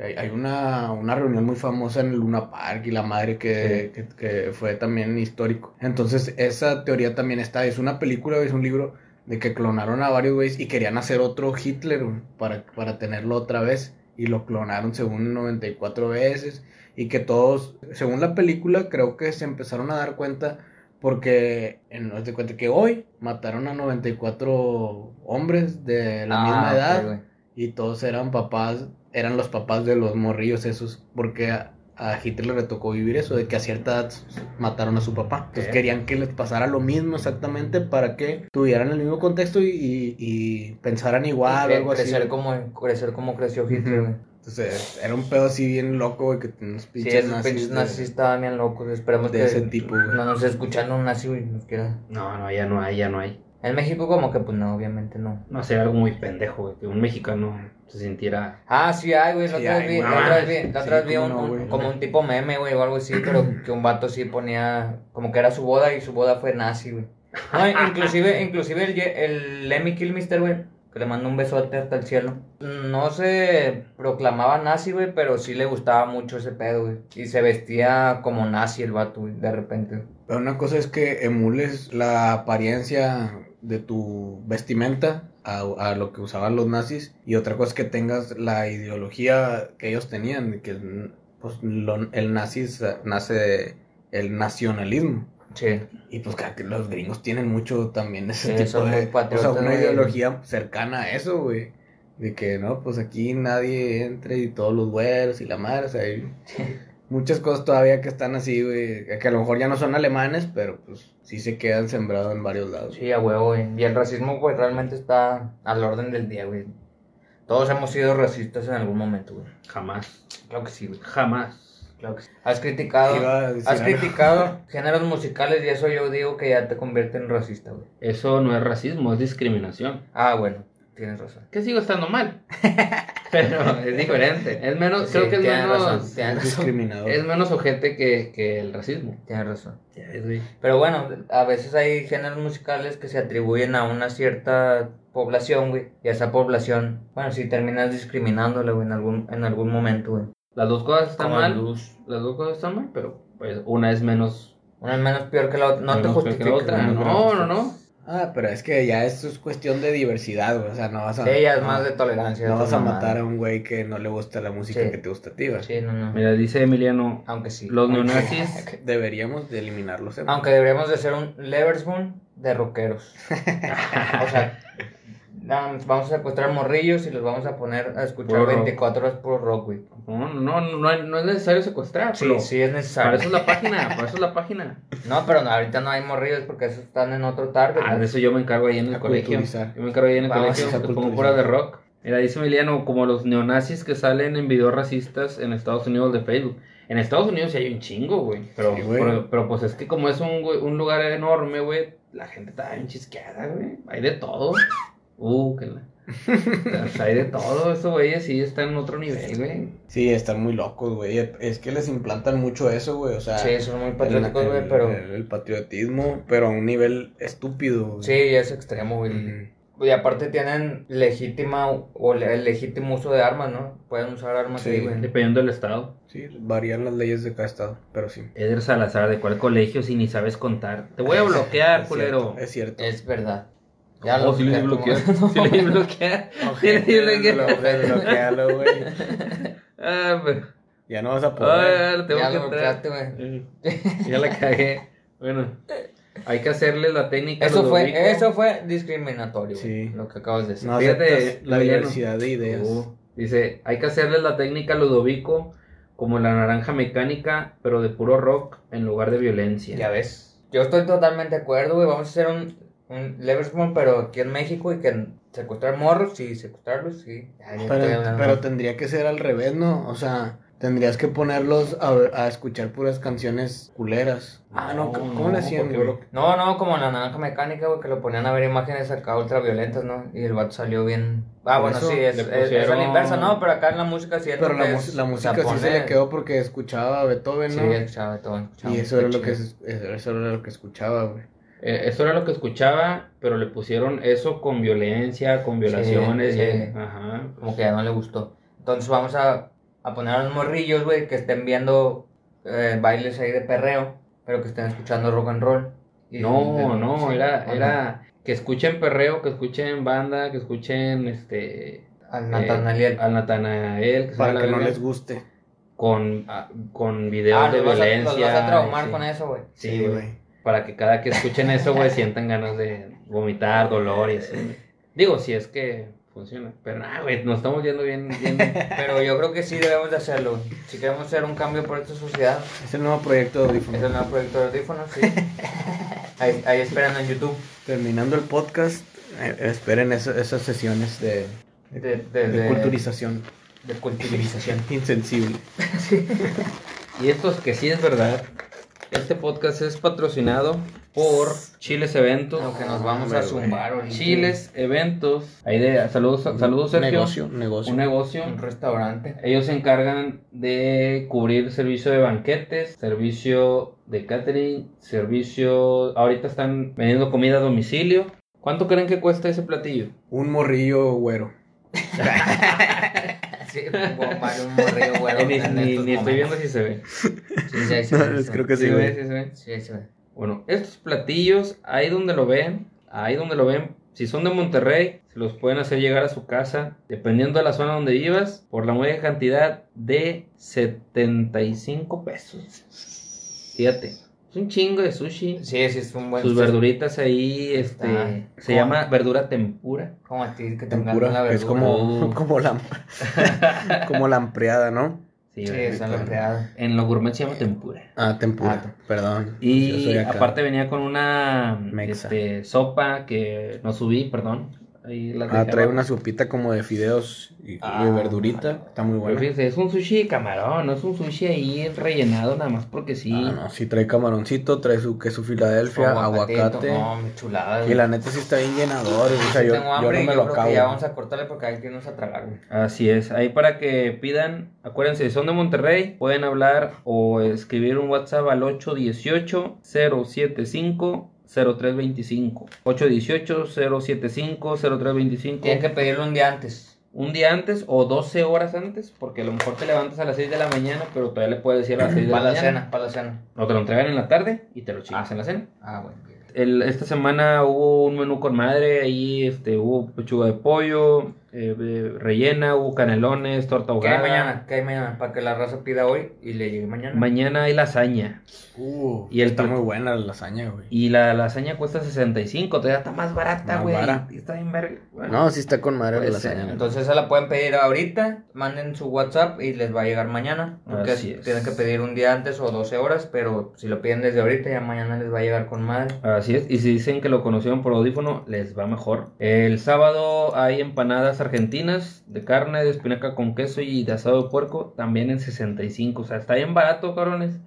A: Hay, hay una, una reunión muy famosa en el Luna Park y la madre que, que- que fue también histórico. Entonces, esa teoría también está. Es una película, es un libro de que clonaron a varios güeyes y querían hacer otro Hitler güey, para, para tenerlo otra vez. Y lo clonaron según 94 veces. Y que todos, según la película, creo que se empezaron a dar cuenta porque en haz de cuenta que hoy mataron a 94 hombres de la
B: Ah,
A: misma
B: ok,
A: edad.
B: güey.
A: Y todos eran papás, eran los papás de los morrillos esos, porque a, a Hitler le tocó vivir eso, de que a cierta edad s- mataron a su papá. Entonces
C: Ok.
A: querían que les pasara lo mismo exactamente para que tuvieran el mismo contexto y, y- y pensaran igual o
B: Cre-
A: algo así.
B: crecer Como, crecer como creció Hitler,
A: Ujú.
B: güey.
A: Entonces era un pedo así bien loco, güey, que tenía unos
B: Sí,
A: pinches
B: esos
A: nazis
B: pinches
A: de-
B: nazis estaban bien locos. Esperemos
A: de
B: que
A: ese tipo, güey.
B: no nos escuchando un nazi, güey. nos quiera.
C: No, no, ya no hay, ya no hay.
B: En México, como que, pues no, obviamente no.
C: No sería algo muy pendejo, güey, que un mexicano se sintiera.
B: Ah, sí, hay, güey. La
A: Sí
B: otra vez
A: hay,
B: vi,
A: güey.
B: la otra vez vi, la
A: Sí,
B: otra vez vi
A: cómo
B: un-
A: no,
B: un-
A: güey.
B: como un tipo meme, güey, o algo así, pero que un vato sí ponía. Como que era su boda y su boda fue nazi, güey. No, inclusive, inclusive el, Ye- el Lemmy Kilmister, güey, que le mandó un besote hasta el cielo. No se proclamaba nazi, güey, pero sí le gustaba mucho ese pedo, güey. Y se vestía como nazi el vato, güey, de repente.
A: Pero una cosa es que emules la apariencia de tu vestimenta a, a lo que usaban los nazis y otra cosa es que tengas la ideología que ellos tenían, que n- pues lo- el nazi nace de el nacionalismo.
B: Sí.
A: Y pues claro que los gringos tienen mucho también ese
B: Sí,
A: tipo
B: son muy
A: de... O sea,
B: patriotas,
A: una
B: güey.
A: ideología cercana a eso, güey. De que, no, pues aquí nadie entre y todos los güeros y la madre, o sea, hay muchas cosas todavía que están así, güey. Que a lo mejor ya no son alemanes, pero pues sí se quedan sembrados en varios lados.
B: Sí, a huevo, güey. Y el racismo, pues, realmente está al orden del día, güey. Todos hemos sido racistas en algún momento, güey.
C: Jamás.
B: Claro que sí, güey.
C: Jamás.
B: Claro que sí. Has criticado,
A: Ah, Iba a decir
B: has
A: algo.
B: criticado géneros musicales y eso yo digo que ya te convierte en racista, güey.
C: Eso no es racismo, es discriminación.
B: Ah, bueno, tienes razón.
C: Que sigo estando mal. Pero es diferente. Es menos,
B: Sí,
C: creo que es
B: tienes
C: menos.
B: razón, tienes
A: Es
B: razón.
A: discriminador.
C: Es menos ojete que, que el racismo.
B: Tienes razón. Pero bueno, a veces hay géneros musicales que se atribuyen a una cierta población, güey. Y a esa población, bueno, si terminas discriminándola, güey, en algún, en algún momento, güey.
C: Las dos cosas están
B: Como
C: mal.
B: luz.
C: Las dos cosas están mal, pero pues una es menos.
B: Una es menos peor que la otra. No te
C: menos peor que
B: justifica.
C: la otra.
A: no, no,
C: No, no, no.
A: Ah, pero es que ya esto es cuestión de diversidad, güey. O sea, no vas a...
B: Sí, ya es
A: no-
B: más de tolerancia.
A: Ah, No
B: de
A: vas a
B: mamada.
A: matar a un güey que no le gusta la música
B: Sí.
A: que te gusta a ti, güey.
B: Sí, no, no.
C: Mira, dice Emiliano,
B: Aunque sí.
C: los
B: Aunque-
C: neonazis
A: Deberíamos de eliminarlos. ¿eh?
B: Aunque deberíamos de ser un Leverspoon de rockeros. o sea, na- vamos a secuestrar morrillos y los vamos a poner a escuchar
C: Puro rock.
B: 24 horas por rock, güey.
C: No, no, no, no, no es necesario secuestrar.
B: Sí,
C: pero
B: sí es
C: Para eso
B: necesario.
C: es la página, para eso es la página.
B: No, pero no, ahorita no hay morrillos porque esos están en otro target.
C: Ah, de eso yo me encargo ahí en el
A: A
C: colegio.
A: culturizar.
C: Yo me encargo ahí en el
B: Vamos
C: colegio,
A: a
C: te pongo
A: culturizar.
C: puras de rock. Mira, dice Emiliano, como los neonazis que salen en videos racistas en Estados Unidos de Facebook. En Estados Unidos sí hay un chingo, güey. Pero,
A: Sí, güey.
C: pero, pero, pues es que como es un, güey- un lugar enorme, güey, la gente está bien chisqueada, güey. Hay de todo. Uh, que la... Pues, hay de todo, esos güeyes sí están en otro nivel, güey.
A: Sí, están muy locos, güey. Es que les implantan mucho eso, güey. O sea,
B: Sí, son muy
A: el-
B: patrióticos,
A: el-
B: güey, pero...
A: el, el patriotismo, pero a un nivel estúpido. güey.
B: Sí, es extremo, güey.
A: Mm.
B: Y aparte tienen legítima o le- el legítimo uso de armas, ¿no? Pueden usar armas
A: Sí.
B: ahí, güey.
C: Dependiendo del estado.
A: Sí, varían las leyes de cada estado, pero sí.
C: Eder Salazar, ¿de cuál colegio si ni sabes contar? Te voy a bloquear,
A: Es
C: culero.
A: cierto, Es cierto.
B: Es verdad.
C: Oh, sí le di
B: como-
C: bloquear. Sí le di bloquear. Sí le
A: Ojete,
C: di bloquear.
A: ojete, bloquéalo, güey.
C: Ah, pues.
A: Ya no vas a poder.
C: Ah, lo tengo
B: Ya
C: que
B: lo
C: entrar.
B: bloqueaste, güey.
C: Ya la cagué. Bueno, hay que hacerle la técnica.
B: Eso
C: Ludovico.
B: fue, eso fue discriminatorio, güey,
A: Sí.
B: lo que acabas de decir.
A: no
C: Fíjate,
A: aceptas la
C: Emiliano.
A: diversidad de ideas.
C: Uh, dice, hay que hacerle la técnica a Ludovico como la naranja mecánica, pero de puro rock en lugar de violencia.
B: Ya ves. Yo estoy totalmente de acuerdo, güey. Vamos a hacer un, un Leverspoon, pero aquí en México y que secuestrar morros, sí, secuestrarlos, sí. Ya, ya estoy
A: Pero,
B: hablando.
A: pero tendría que ser al revés, ¿no? O sea, tendrías que ponerlos a, a escuchar puras canciones culeras. Ah, no,
C: No,
A: ¿cómo cómo
C: no,
A: le hacían,
C: porque
A: güey?
C: lo-
B: No, no, como la naranja mecánica, güey, que lo ponían a ver imágenes acá ultraviolentas, ¿no? Y el vato salió bien. Ah,
A: Por
B: bueno,
A: eso
B: sí, es,
C: le
B: es- es a
C: pusieron-
B: la inversa, ¿no? Pero acá en la música siento
A: Pero la,
B: que
A: mu-
B: es-
A: la
B: o sea,
A: música sí se
B: poner-
A: le quedó porque escuchaba a Beethoven,
B: Sí,
A: ¿no?
B: escuchaba todo, escuchaba
A: y eso
B: música
A: era, lo que,
B: chida.
A: se- eso era lo que escuchaba, güey.
C: Eh, eso era lo que escuchaba, pero le pusieron eso con violencia, con violaciones.
B: sí.
C: y- Ajá.
B: Como que ya no le gustó. Entonces vamos a, a poner a los morrillos, güey, que estén viendo eh, bailes ahí de perreo, pero que estén escuchando rock and roll. Y-
C: No,
B: y-
C: no,
B: sí,
C: era,
B: ajá.
C: era que escuchen perreo, que escuchen banda, que escuchen este
B: Al
C: eh,
B: Natanael.
C: al Natanael, que se
A: Para
C: la
A: que no
C: verga,
A: les guste.
C: con, ah, con videos
B: ah,
C: de
B: los vas, a, los vas a
C: violencia.
B: traumar
C: sí.
B: con eso, güey.
C: Sí, güey. Para que cada que escuchen eso, güey, sientan ganas de vomitar, dolor y así. güey. Digo, si es que funciona. Pero nada, güey, nos estamos yendo bien, bien.
B: Pero yo creo que sí debemos de hacerlo. güey. Si queremos hacer un cambio por esta sociedad,
A: Es el nuevo proyecto de Audífono.
B: es el nuevo proyecto de audífonos, sí. ahí, ahí esperan en YouTube.
A: Terminando el podcast, eh, esperen eso- esas sesiones de, de,
B: De- de-
A: de
B: de-
A: culturización.
B: De cultivización.
A: Insensible.
C: Y esto es que sí es verdad. Este podcast es patrocinado por Chiles Eventos.
B: Aunque nos vamos a
A: Hombre,
B: zumbar ahorita.
C: Chiles, eventos. Ahí de, saludos, saludos Sergio.
A: Negocio, negocio.
C: Un negocio.
B: Un restaurante.
C: Ellos se encargan de cubrir servicio de banquetes, servicio de catering, servicio... Ahorita están vendiendo comida a domicilio. ¿Cuánto creen que cuesta ese platillo?
A: Un morrillo güero.
B: Sí, bombar un morrillo, güey.
C: Eh, ni
B: en
C: ni-
B: estos
C: ni estoy viendo
B: momentos.
C: si se ve.
B: Sí, sí, ahí se
A: No,
B: ve,
A: es-
B: sí.
A: creo que sí,
C: se
A: güey.
C: ve, sí se ve.
B: Sí, ahí se ve.
C: Bueno, estos platillos, ahí donde lo ven, ahí donde lo ven, Si son de Monterrey, se los pueden hacer llegar a su casa, dependiendo de la zona donde vivas, por la módica cantidad de 75 pesos. Fíjate, es un chingo de sushi.
B: Sí, sí, es un buen.
C: Sus verduritas ahí, este,
A: Ah,
B: Está-
C: se llama verdura tempura.
B: Como a ti que te
A: Tempura,
B: encantan la verdura.
A: es como,
C: Oh.
A: como la como la ampreada, ¿no?
C: Sí,
B: Sí,
C: ¿verdad?
B: esa es la creada.
C: En lo gourmet se llama tempura.
A: Ah, tempura,
B: Ah, tem-
A: perdón. Yo
C: Y
A: soy acá.
C: aparte venía con una
A: Mexa.
C: este, sopa que no subí, perdón. Ahí la
A: Ah,
C: dejé
A: trae
C: abajo.
A: una sopita como de fideos y, y
B: Ah,
A: de verdurita, está muy
C: Pero
A: buena.
C: fíjate, es un sushi de camarón, no es un sushi ahí rellenado nada más porque sí.
A: Ah, no, sí trae camaroncito, trae su queso Filadelfia,
B: Aguacatito,
A: aguacate.
B: No, chulada.
A: Y la neta sí está bien llenador, güey, o sea, yo,
B: tengo
A: yo
B: hambre
A: no
B: y
A: me
B: yo
A: lo
B: creo
A: acabo.
B: que ya vamos a cortarle porque hay que irnos a tragar, güey.
C: Así es, ahí para que pidan, acuérdense, si son de Monterrey, pueden hablar o escribir un WhatsApp al 818-075-0325. 818-075-0325.
B: Tienen que pedirlo un día antes.
C: un día antes o 12 horas antes, porque a lo mejor te levantas a las 6 de la mañana, pero todavía le puedes decir a las 6 de la,
B: Para la
C: mañana.
B: cena, para la cena.
C: O te lo entregan en la tarde y te lo chingas en la cena.
B: Ah, bueno.
C: El- esta semana hubo un menú con madre, ahí este, hubo pechuga de pollo, eh, eh, rellena, hubo canelones, torta
B: ¿Qué hay
C: ahogada.
B: mañana? ¿Qué hay mañana? Para que la raza pida hoy y le llegue mañana.
C: Mañana hay lasaña.
A: Uh,
C: Y el
A: está
C: pla-
A: muy buena la lasaña, güey.
C: Y la lasaña cuesta 65, todavía está más barata,
A: Más
C: güey.
A: vara.
C: Está bien verga. Bueno,
A: No, sí está con madre la
C: Puede ser,
A: lasaña. la neta.
B: pues, Este, eh, Entonces se la pueden pedir ahorita, manden su WhatsApp y les va a llegar mañana. Porque
C: Así es.
B: tienen que pedir un día antes o 12 horas, pero si lo piden desde ahorita ya mañana les va a llegar con madre.
C: Así es, y si dicen que lo conocieron por audífono, les va mejor. El sábado hay empanadas argentinas de carne, de espinaca con queso y de asado de puerco, también en 65. O sea, está bien barato, cabrones.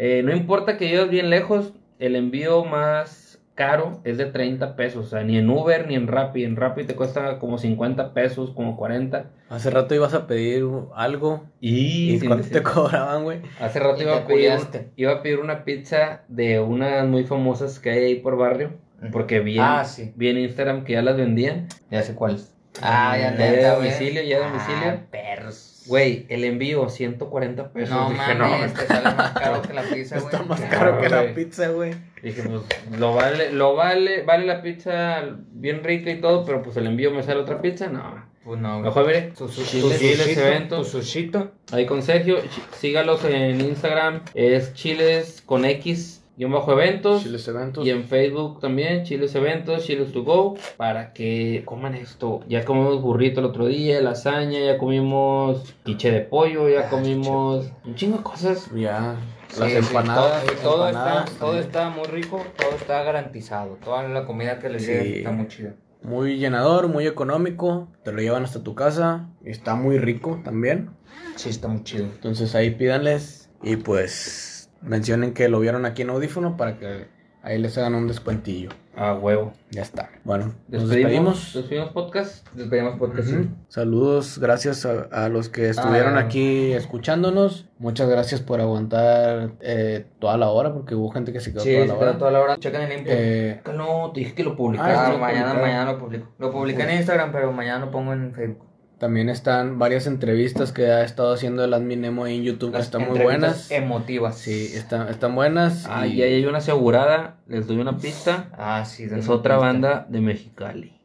C: Eh, no importa que lleves bien lejos, el envío más caro es de 30 pesos. O sea, ni en Uber ni en Rappi. En Rappi te cuesta como 50 pesos, como 40.
A: Hace rato ibas a pedir u- algo
C: Y,
A: y, este
C: sin
A: cuánto
C: decir-
A: te cobraban, güey.
C: Hace rato
B: Y
C: iba
B: te
C: a, pedir,
B: cuidaste.
C: iba a pedir una pizza de unas muy famosas que hay ahí por barrio. Porque vi en,
B: Ah, sí.
C: vi en Instagram que ya las vendían.
B: Ya sé cuál es. Ah, ya
C: Ya
B: neta,
C: de
B: güey.
C: domicilio, ya de
B: Ah,
C: domicilio.
B: perros.
C: Güey, el envío, 140 pesos.
B: No
C: dije,
B: mames,
C: no.
B: te sale más caro que la pizza, güey.
A: Está más
B: Claro,
A: caro que la
C: güey.
A: pizza, güey.
C: Dije, pues, lo vale, lo vale, vale la pizza bien rica y todo, pero pues el envío me sale otra pizza, no.
B: Pues no, güey.
C: Mejor mire,
B: Tu su-
C: Chile,
B: tu
C: Chile,
B: sushito,
C: ese evento.
B: tu sushito.
C: eh. ahí con Sergio, ch- sígalos en Instagram, es chiles con X, guión bajo eventos.
A: Chiles eventos.
C: Y en Facebook también, Chiles Eventos, Chiles to Go, para que coman esto. Ya comimos burrito el otro día, lasaña, ya comimos quiche de pollo, ya
A: Ah,
C: comimos un chingo de cosas.
A: Ya,
B: Sí,
A: las
B: sí,
A: empanadas.
B: todo- todo,
A: empanadas
B: está, todo
A: también.
B: está muy rico, todo está garantizado. Toda la comida que les
A: Sí.
B: llega está muy chida.
A: Muy llenador, muy económico. Te lo llevan hasta tu casa. y Está muy rico también.
B: Sí, está muy chido.
A: Entonces ahí pídanles y pues mencionen que lo vieron aquí en audífono para que ahí les hagan un descuentillo.
C: A huevo.
A: Ya está. Bueno, nos
C: Despedimos.
A: despedimos.
C: Despedimos podcast.
B: Les pedimos porque sí.
A: Ujú. Saludos, gracias a, a los que estuvieron
B: Ah.
A: aquí escuchándonos. Muchas gracias por aguantar eh, toda la hora, porque hubo gente que se quedó
B: Sí,
A: toda
B: se
A: la
B: queda
A: hora.
B: toda la hora. Chequen el input.
A: Eh,
C: No, te dije que lo
A: Ah, sí
B: Ah,
C: publicaste.
A: lo
B: mañana,
A: publicaron.
B: mañana lo publico. Lo publiqué en Instagram, pero mañana lo pongo en Facebook.
A: también están varias entrevistas que ha estado haciendo el admin Nemo ahí en YouTube, que
B: Las
A: están muy
B: entrevistas
A: buenas.
B: Emotivas.
A: Sí, están, están buenas.
C: Ah,
A: y-
C: y ahí hay una asegurada. Les doy una pista.
B: Ah, sí. de
C: Es
B: una
C: otra
B: pista.
C: banda de Mexicali.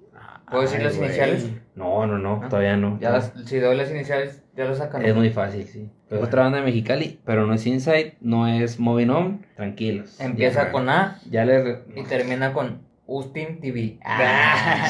B: ¿Puedo decir
A: Ay,
B: las
A: güey.
B: iniciales?
C: No, no, no,
B: Ah,
C: todavía no.
B: Ya las, si doy las iniciales, ya lo sacan.
C: Es muy fácil, sí. Es
A: Bueno.
C: otra banda de Mexicali, pero no es Inside, no es Moving On. Tranquilos.
B: Empieza
A: Ya.
B: con A
C: Ya les.
B: y termina con Ustin TV.
C: Ah,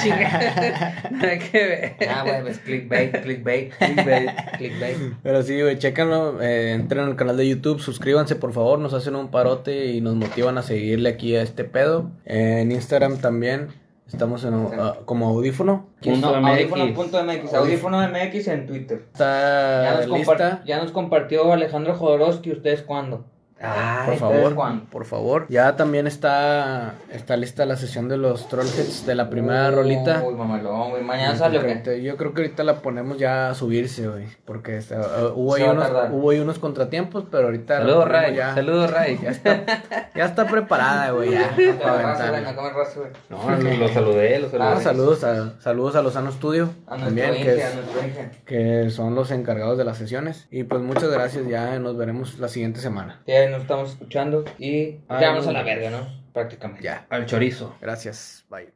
C: Nada que ver.
B: Ah, güey, pues clickbait, clickbait, clickbait, clickbait.
A: Pero sí, güey, chécanlo, eh, entren al canal de YouTube, suscríbanse por favor, nos hacen un parote y nos motivan a seguirle aquí a este pedo. en Instagram también estamos en, ah, como audífono.
C: Punto
B: No,
C: MX.
B: audífono.mx, audífono MX en Twitter.
A: Está
B: Ya nos,
A: la
B: compar-
A: lista.
B: ya nos compartió Alejandro Jodorowsky, ¿ustedes cuándo?
C: Ah,
A: Por
B: ¿ustedes
A: favor,
B: cuándo?
A: por favor. Ya también está, está lista la sesión de los Trollheads de la primera
B: Oh,
A: rolita.
B: Uy, mamalón, güey, mañana
A: Yo
B: sale,
A: creo
B: güey.
A: que- Pues, yo creo que ahorita la ponemos ya a subirse, güey. Porque está- ah, hubo,
B: Se
A: ahí
B: va a
A: unos,
B: tardar.
A: hubo ahí unos contratiempos, pero ahorita. la
C: Saludos,
A: ponemos
C: Ray.
A: ya.
C: Saludos, Ray.
A: Ya está, ya está preparada, güey. Ya,
B: No te
A: para
B: me rases,
A: aventar.
B: güey, no te me rases, güey.
C: No, no, los saludé, los saludé.
A: Ah, saludos a, saludos a Lozano Studio,
B: A nuestro
A: también, que,
B: Inge, a
A: es-
B: nuestro Inge.
A: que son los encargados de las sesiones. Y pues muchas gracias, ya nos veremos la siguiente semana.
B: Ya nos estamos escuchando y
C: Ay,
B: ya vamos
C: no.
B: a la verga, ¿no? Prácticamente.
A: Ya,
C: Al chorizo.
A: gracias, bye.